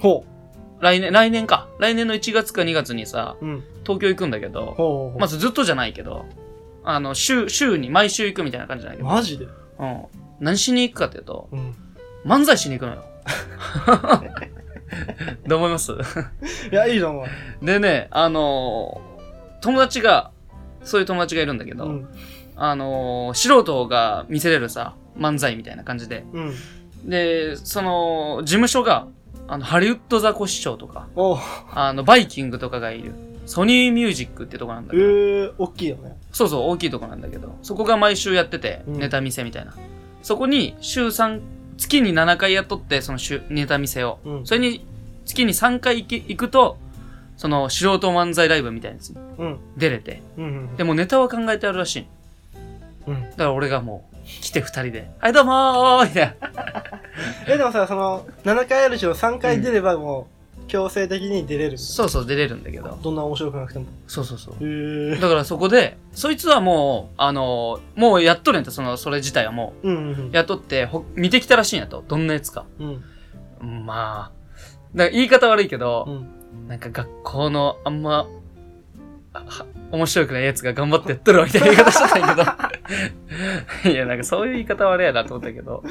[SPEAKER 2] ほ
[SPEAKER 1] 来年、来年か。来年の1月か2月にさ、
[SPEAKER 2] う。うん。
[SPEAKER 1] 東京行くんだけど、
[SPEAKER 2] ほうほうほう。
[SPEAKER 1] まずずっとじゃないけど、あの、週、週に、毎週行くみたいな感じじゃないけど、
[SPEAKER 2] マジで
[SPEAKER 1] うん。何しに行くかっていうと、
[SPEAKER 2] うん。
[SPEAKER 1] 漫才しに行く のよ。どう思います
[SPEAKER 2] いや、いいと思う。
[SPEAKER 1] でね、あのー友達が、そういう友達がいるんだけど、
[SPEAKER 2] うん。
[SPEAKER 1] あのー素人が見せれるさ、漫才みたいな感じで。
[SPEAKER 2] うん。
[SPEAKER 1] で、その、事務所が、あの、ハリウッドザコシショウとか、
[SPEAKER 2] おう。
[SPEAKER 1] あの、バイキングとかがいる、ソニーミュージックってとこなんだ
[SPEAKER 2] え
[SPEAKER 1] けど、
[SPEAKER 2] ー、大きいよね。
[SPEAKER 1] そうそう、大きいとこなんだけど、そこが毎週やってて、
[SPEAKER 2] うん
[SPEAKER 1] ネタ見せみたいな。そこに、週3、月に7回やっとって、その週、ネタ見せを。
[SPEAKER 2] うん
[SPEAKER 1] それに、月に3回行き行くと、その、素人漫才ライブみたいなやつに
[SPEAKER 2] うん。
[SPEAKER 1] 出れて、
[SPEAKER 2] うんうん。
[SPEAKER 1] でもネタは考えてあるらしい。
[SPEAKER 2] うん
[SPEAKER 1] だから俺がもう、来て二人で、はい、どうもーみたいな。
[SPEAKER 2] え、でもさ、その、7回あるしろ3回出ればもう、強制的に出れる。
[SPEAKER 1] そうそう、出れるんだけど。
[SPEAKER 2] どんな面白くなくても。
[SPEAKER 1] そうそうそう。
[SPEAKER 2] えー。
[SPEAKER 1] だからそこで、そいつはもう、あのーもうやっとるんやと、その、それ自体はも
[SPEAKER 2] うんう
[SPEAKER 1] う、
[SPEAKER 2] ん
[SPEAKER 1] やっとって、ほ見てきたらしいんやと。どんなやつか。
[SPEAKER 2] うん。うん。
[SPEAKER 1] うんまあ、だから言い方悪いけ
[SPEAKER 2] う
[SPEAKER 1] ど、
[SPEAKER 2] ん。
[SPEAKER 1] なんか学校のあんま、あは面白くないやつが頑張ってやっとるわみたいな言い方しちゃったんやけど。い や、なんかそういう言い方悪いやなと思ったけど。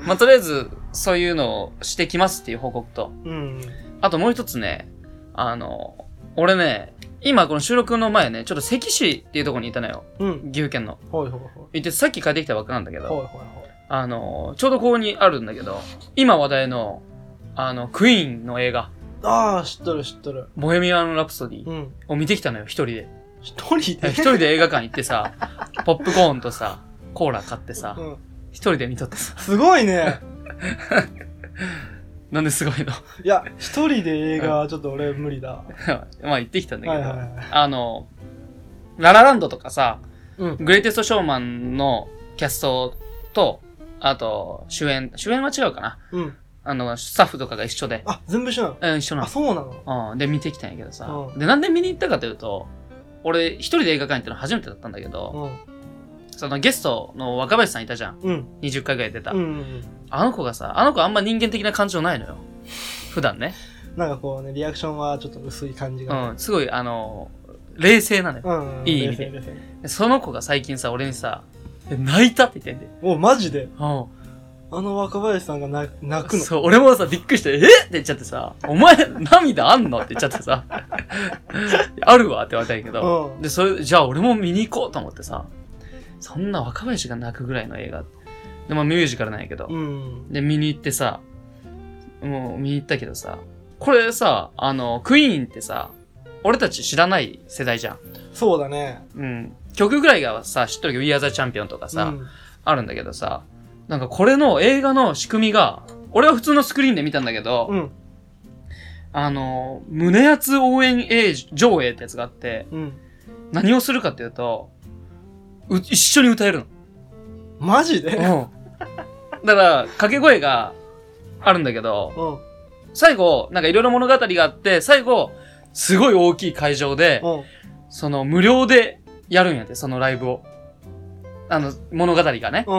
[SPEAKER 1] まあ、とりあえず、そういうのをしてきますっていう報告と。
[SPEAKER 2] うん。
[SPEAKER 1] あともう一つね、あの、俺ね、今この収録の前ね、ちょっと関市っていうところにいたのよ。
[SPEAKER 2] うん。
[SPEAKER 1] 岐阜県の。
[SPEAKER 2] ほいほいほ
[SPEAKER 1] 行ってさっき帰ってきたばっかなんだけ
[SPEAKER 2] い。ほ
[SPEAKER 1] ど、
[SPEAKER 2] いほいほい。
[SPEAKER 1] あの、ちょうどここにあるんだけど、今話題の、あの、クイーンの映画。
[SPEAKER 2] あー、知っとる知っとる。
[SPEAKER 1] ボヘミアン・ラプソディ
[SPEAKER 2] うん。
[SPEAKER 1] を見てきたのよ、一人で。
[SPEAKER 2] 一人で
[SPEAKER 1] 一人で映画館行って さ、ポップコーンとさ、コーラ買ってさ
[SPEAKER 2] う、ん。
[SPEAKER 1] 一人で見とってさ、
[SPEAKER 2] すごいね。
[SPEAKER 1] なんですごいの
[SPEAKER 2] いや、一人で映画はちょっと俺無理だ。は
[SPEAKER 1] まあ行ってきたん
[SPEAKER 2] い
[SPEAKER 1] だ
[SPEAKER 2] は
[SPEAKER 1] け
[SPEAKER 2] い
[SPEAKER 1] ど、
[SPEAKER 2] はい。
[SPEAKER 1] あの、ララランドとかさ、
[SPEAKER 2] うん。
[SPEAKER 1] グレイテストショーマンのキャストと、あと、主演、主演は違うかな
[SPEAKER 2] うん。
[SPEAKER 1] あの、スタッフとかが一緒で、
[SPEAKER 2] あ、全部一緒なの
[SPEAKER 1] うん、一緒な
[SPEAKER 2] あ、そうなの
[SPEAKER 1] の。うん、で、見てきたんやけどさ、
[SPEAKER 2] うん
[SPEAKER 1] で、なんで見に行ったかというと、俺、一人で映画館行ったの初めてだったんだけど、そのゲストの若林さんいたじゃん。
[SPEAKER 2] うん。うん。
[SPEAKER 1] 20回ぐらい出た。
[SPEAKER 2] うんうん。
[SPEAKER 1] あの子がさ、あの子あんま人間的な感情ないのよ。普段ね。
[SPEAKER 2] なんかこうね、リアクションはちょっと薄い感じ
[SPEAKER 1] う
[SPEAKER 2] が。
[SPEAKER 1] ん、すごい、あの、冷静なのよ。
[SPEAKER 2] うん。
[SPEAKER 1] いい意
[SPEAKER 2] 冷
[SPEAKER 1] 味で
[SPEAKER 2] 静冷静
[SPEAKER 1] その子が最近さ、俺にさ、え泣いたって言ってんで。
[SPEAKER 2] お、マジで
[SPEAKER 1] う
[SPEAKER 2] あの若林さんが泣泣く
[SPEAKER 1] ん。
[SPEAKER 2] の
[SPEAKER 1] そう、俺もさ、びっくりして、えって言っちゃってさ、お前、涙あんのって言っちゃってさ、 あるわって言われたんやけど、
[SPEAKER 2] うん。
[SPEAKER 1] で、それ、じゃあ俺も見に行こうと思ってさ、そんな若林が泣くぐらいの映画。で、まあミュージカルなんやけど、
[SPEAKER 2] うん。
[SPEAKER 1] で、見に行ってさ、もう見に行ったけどさ、これさ、あの、クイーンってさ、俺たち知らない世代じゃん。
[SPEAKER 2] そうだね。
[SPEAKER 1] うん。曲ぐらいがさ、知っとるけど、We Are the Champion とかさ、
[SPEAKER 2] うん
[SPEAKER 1] あるんだけどさ、なんかこれの映画の仕組みが、俺は普通のスクリーンで見たんだけど、
[SPEAKER 2] うん。
[SPEAKER 1] あの、胸圧応援映上映ってやつがあって、
[SPEAKER 2] うん。
[SPEAKER 1] 何をするかっていうと、う一緒に歌 えるの。
[SPEAKER 2] マジで
[SPEAKER 1] うん。だから、掛け声があるんだけど、
[SPEAKER 2] うん。うん。
[SPEAKER 1] 最後、なんかいろいろ物語があって、最後、すごい大きい会場で、その無料でやるんやって、そのライブを。あの、物語がね。
[SPEAKER 2] う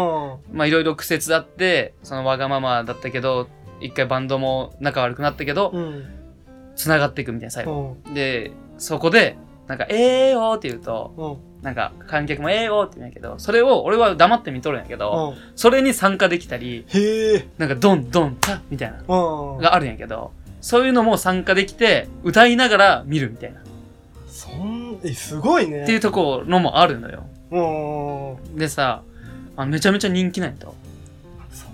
[SPEAKER 2] ん。
[SPEAKER 1] まあいろいろ苦節あって、そのわがままだったけど、一回バンドも仲悪くなったけど、
[SPEAKER 2] うん。
[SPEAKER 1] 繋がっていくみたいな最
[SPEAKER 2] う
[SPEAKER 1] 後。
[SPEAKER 2] ん。
[SPEAKER 1] で、そこで、なんか、ええよーって言うと、
[SPEAKER 2] うん。
[SPEAKER 1] なんか観客もええよーって言うんやけど、それを俺は黙って見とるんやけど、
[SPEAKER 2] うん。
[SPEAKER 1] それに参加できたり、
[SPEAKER 2] へえ。
[SPEAKER 1] なんかドンドンタみたいな
[SPEAKER 2] うん。
[SPEAKER 1] があるんやけど、そういうのも参加できて、歌いながら見るみたいな。っ
[SPEAKER 2] そん、え、すごいね。
[SPEAKER 1] ていうとこのもあるのよ。
[SPEAKER 2] うん。
[SPEAKER 1] でさ、あめちゃめちゃ人気なんやと。
[SPEAKER 2] そう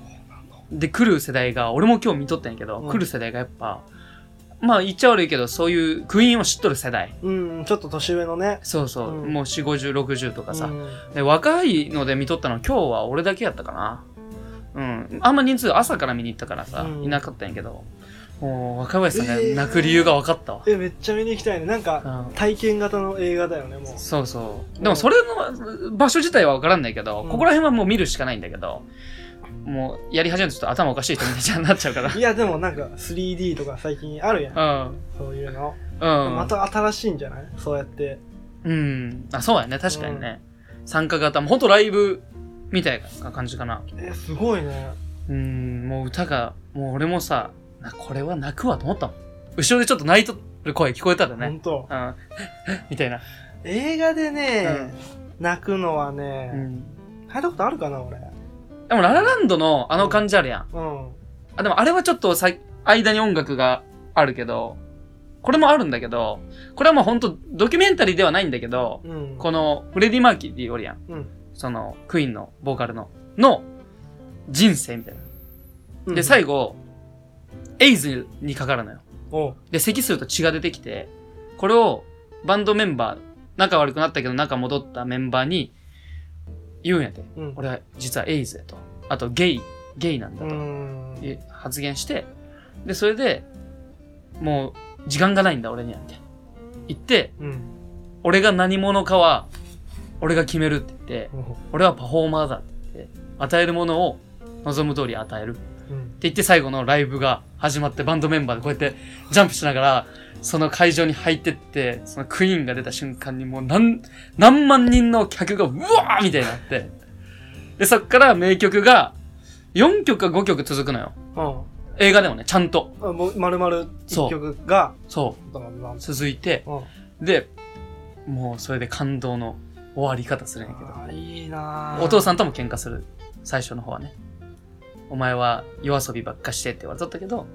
[SPEAKER 1] で、来る世代が、俺も今日見とったんやけど、
[SPEAKER 2] うん
[SPEAKER 1] 来る世代がやっぱ、まあ言っちゃ悪いけど、そういうクイーンを知っとる世代。
[SPEAKER 2] うん、ちょっと年上のね。
[SPEAKER 1] そうそう、
[SPEAKER 2] うん
[SPEAKER 1] もう4、50、60とかさ
[SPEAKER 2] う、ん
[SPEAKER 1] で若いので見とったのは今日は俺だけやったかなうんあんま人数朝から見に行ったからさ、
[SPEAKER 2] うん
[SPEAKER 1] いなかったんやけどもう若林さんが
[SPEAKER 2] えー
[SPEAKER 1] 泣く理由が分かったわ、
[SPEAKER 2] え、めっちゃ見に行きたいね。なんか、体験型の映画だよね、も
[SPEAKER 1] う、。
[SPEAKER 2] うん
[SPEAKER 1] そうそうでもそれの場所自体は分からんないけど、
[SPEAKER 2] うん
[SPEAKER 1] ここら辺はもう見るしかないんだけどもうやり始めるとちょっと頭おかしい人みたいになっちゃうか
[SPEAKER 2] いや、でもなんか 3D とか最近あるやん。
[SPEAKER 1] らうん
[SPEAKER 2] そういうの。
[SPEAKER 1] うん
[SPEAKER 2] また新しいんじゃないそうやって。
[SPEAKER 1] うんあそうやね確かにね、参加型もうほんとライブみたいな感じかな
[SPEAKER 2] え、すごいね。
[SPEAKER 1] うん、もう歌が、もう俺もさ、なこれは泣くわと思ったもん。後ろでちょっと泣いとる声聞こえたら
[SPEAKER 2] ほ
[SPEAKER 1] ね。
[SPEAKER 2] んと。
[SPEAKER 1] うん。 みたいな。
[SPEAKER 2] 映画でね、泣くのは
[SPEAKER 1] う
[SPEAKER 2] ね、
[SPEAKER 1] ん。
[SPEAKER 2] 入ったことあるかな、俺。
[SPEAKER 1] でもララランドのあの感じあるやん。
[SPEAKER 2] うん。
[SPEAKER 1] あ、でもあれはちょっとさ、間に音楽があるけど、これもあるんだけど、これはもうほんとドキュメンタリーではないんだけど、
[SPEAKER 2] うん。
[SPEAKER 1] このフレディ・マーキュリーおるやん。
[SPEAKER 2] うん
[SPEAKER 1] その、クイーンのボーカルの、の人生みたいな。
[SPEAKER 2] うん
[SPEAKER 1] で、最後、エイズにかかるのよ。
[SPEAKER 2] おう
[SPEAKER 1] で、咳すると血が出てきて、これをバンドメンバー、仲悪くなったけど仲戻ったメンバーに言うんやて。
[SPEAKER 2] うん。
[SPEAKER 1] 俺は実はエイズやと。あとゲイ、ゲイなんだ
[SPEAKER 2] う
[SPEAKER 1] と
[SPEAKER 2] ん。
[SPEAKER 1] いう発言して、で、それで、もう時間がないんだ俺には、みたいな。言って、
[SPEAKER 2] うん。
[SPEAKER 1] 俺が何者かは、俺が決めるって言って、
[SPEAKER 2] うん
[SPEAKER 1] 俺はパフォーマーだって言って、与えるものを望む通り与える。
[SPEAKER 2] う
[SPEAKER 1] っ
[SPEAKER 2] ん。
[SPEAKER 1] て言って最後のライブが始まってバンドメンバーでこうやってジャンプしながらその会場に入ってってそのクイーンが出た瞬間にもう何何万人の客がうわーみたいになってでそっから名曲が4曲か5曲続くのよ
[SPEAKER 2] うん。
[SPEAKER 1] 映画でもねちゃんと
[SPEAKER 2] あもう、丸々
[SPEAKER 1] そ
[SPEAKER 2] 一
[SPEAKER 1] う
[SPEAKER 2] 曲が、
[SPEAKER 1] そ
[SPEAKER 2] だからなん
[SPEAKER 1] う
[SPEAKER 2] だ
[SPEAKER 1] 続いて
[SPEAKER 2] うん。
[SPEAKER 1] でもうそれで感動の終わり方するんやけど
[SPEAKER 2] あーいいな
[SPEAKER 1] お父
[SPEAKER 2] ん。
[SPEAKER 1] さんとも喧嘩する最初の方はねお前は夜遊びばっかしてって言われとったけど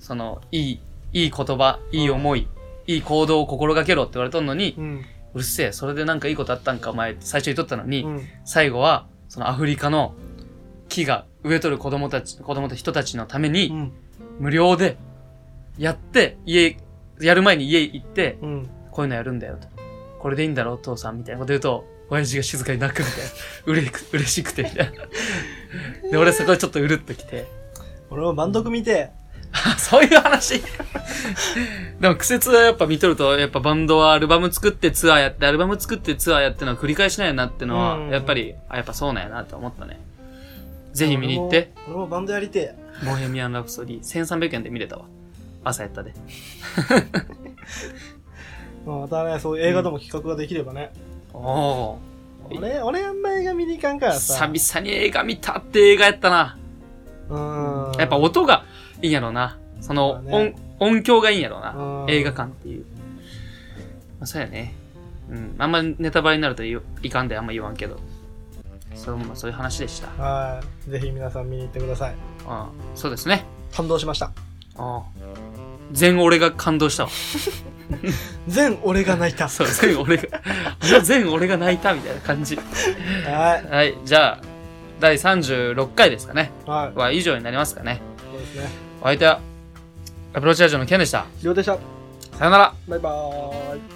[SPEAKER 1] そのいいいい言葉いい思い、いい行動を心がけろって言われとんのに、
[SPEAKER 2] うん。
[SPEAKER 1] うるせえそれでなんかいいことあったんかお前って最初言っとったのに、
[SPEAKER 2] うん。
[SPEAKER 1] 最後はそのアフリカの木が植えとる子供たち子供と人たちのため
[SPEAKER 2] う
[SPEAKER 1] に
[SPEAKER 2] ん。
[SPEAKER 1] 無料でやって家やる前に家行って
[SPEAKER 2] うん。
[SPEAKER 1] こういうのやるんだよと。これでいいんだろお父さんみたいなこと言うと、親父が静かに泣くみ たいな。うれく、嬉しくてみたいな。で、俺そこでちょっとうるっときて。
[SPEAKER 2] 俺もバンド組見て、
[SPEAKER 1] あそういう話でも、苦節はやっぱ見とると、やっぱバンドはアルバム作ってツアーやって、アルバム作ってツアーやってのは繰り返しないよなってのは
[SPEAKER 2] うん、
[SPEAKER 1] やっぱり、あ、やっぱそうなんやなって思ったね。ぜひ見に行って、
[SPEAKER 2] 俺も。俺もバンドやりてえ。
[SPEAKER 1] ボヘミアン・ラプソディ、1300円で見れたわ。朝やったで。
[SPEAKER 2] まあまたね、そういう映画でも企画ができればね。
[SPEAKER 1] おおうん
[SPEAKER 2] 俺、俺あんま映画見に行かんからさ。
[SPEAKER 1] 久々に映画見たって映画やったな。
[SPEAKER 2] うん。
[SPEAKER 1] やっぱ音がいいんやろうな。その
[SPEAKER 2] そう
[SPEAKER 1] 音,、
[SPEAKER 2] だね
[SPEAKER 1] 音響がいいんやろうな。
[SPEAKER 2] うん
[SPEAKER 1] 映画館っていう。まあ、そうやね。うん。あんまネタバレになるといいかんであんま言わんけど。そうまあそういう話でした。
[SPEAKER 2] はい。ぜひ皆さん見に行ってください。
[SPEAKER 1] うん。そうですね。
[SPEAKER 2] 感動しました。
[SPEAKER 1] うん全俺が感動した わ。
[SPEAKER 2] 全俺が泣 いた。
[SPEAKER 1] そう、全俺が、あの全俺が泣いたみたいな感じ。
[SPEAKER 2] はい。
[SPEAKER 1] はい。じゃあ、第36回ですかね。
[SPEAKER 2] は
[SPEAKER 1] は以上になりますかね。
[SPEAKER 2] い。そうですね。
[SPEAKER 1] お相手は、アプローチラジオのケンでした。
[SPEAKER 2] 以上でした。
[SPEAKER 1] さよなら。
[SPEAKER 2] バイバーイ。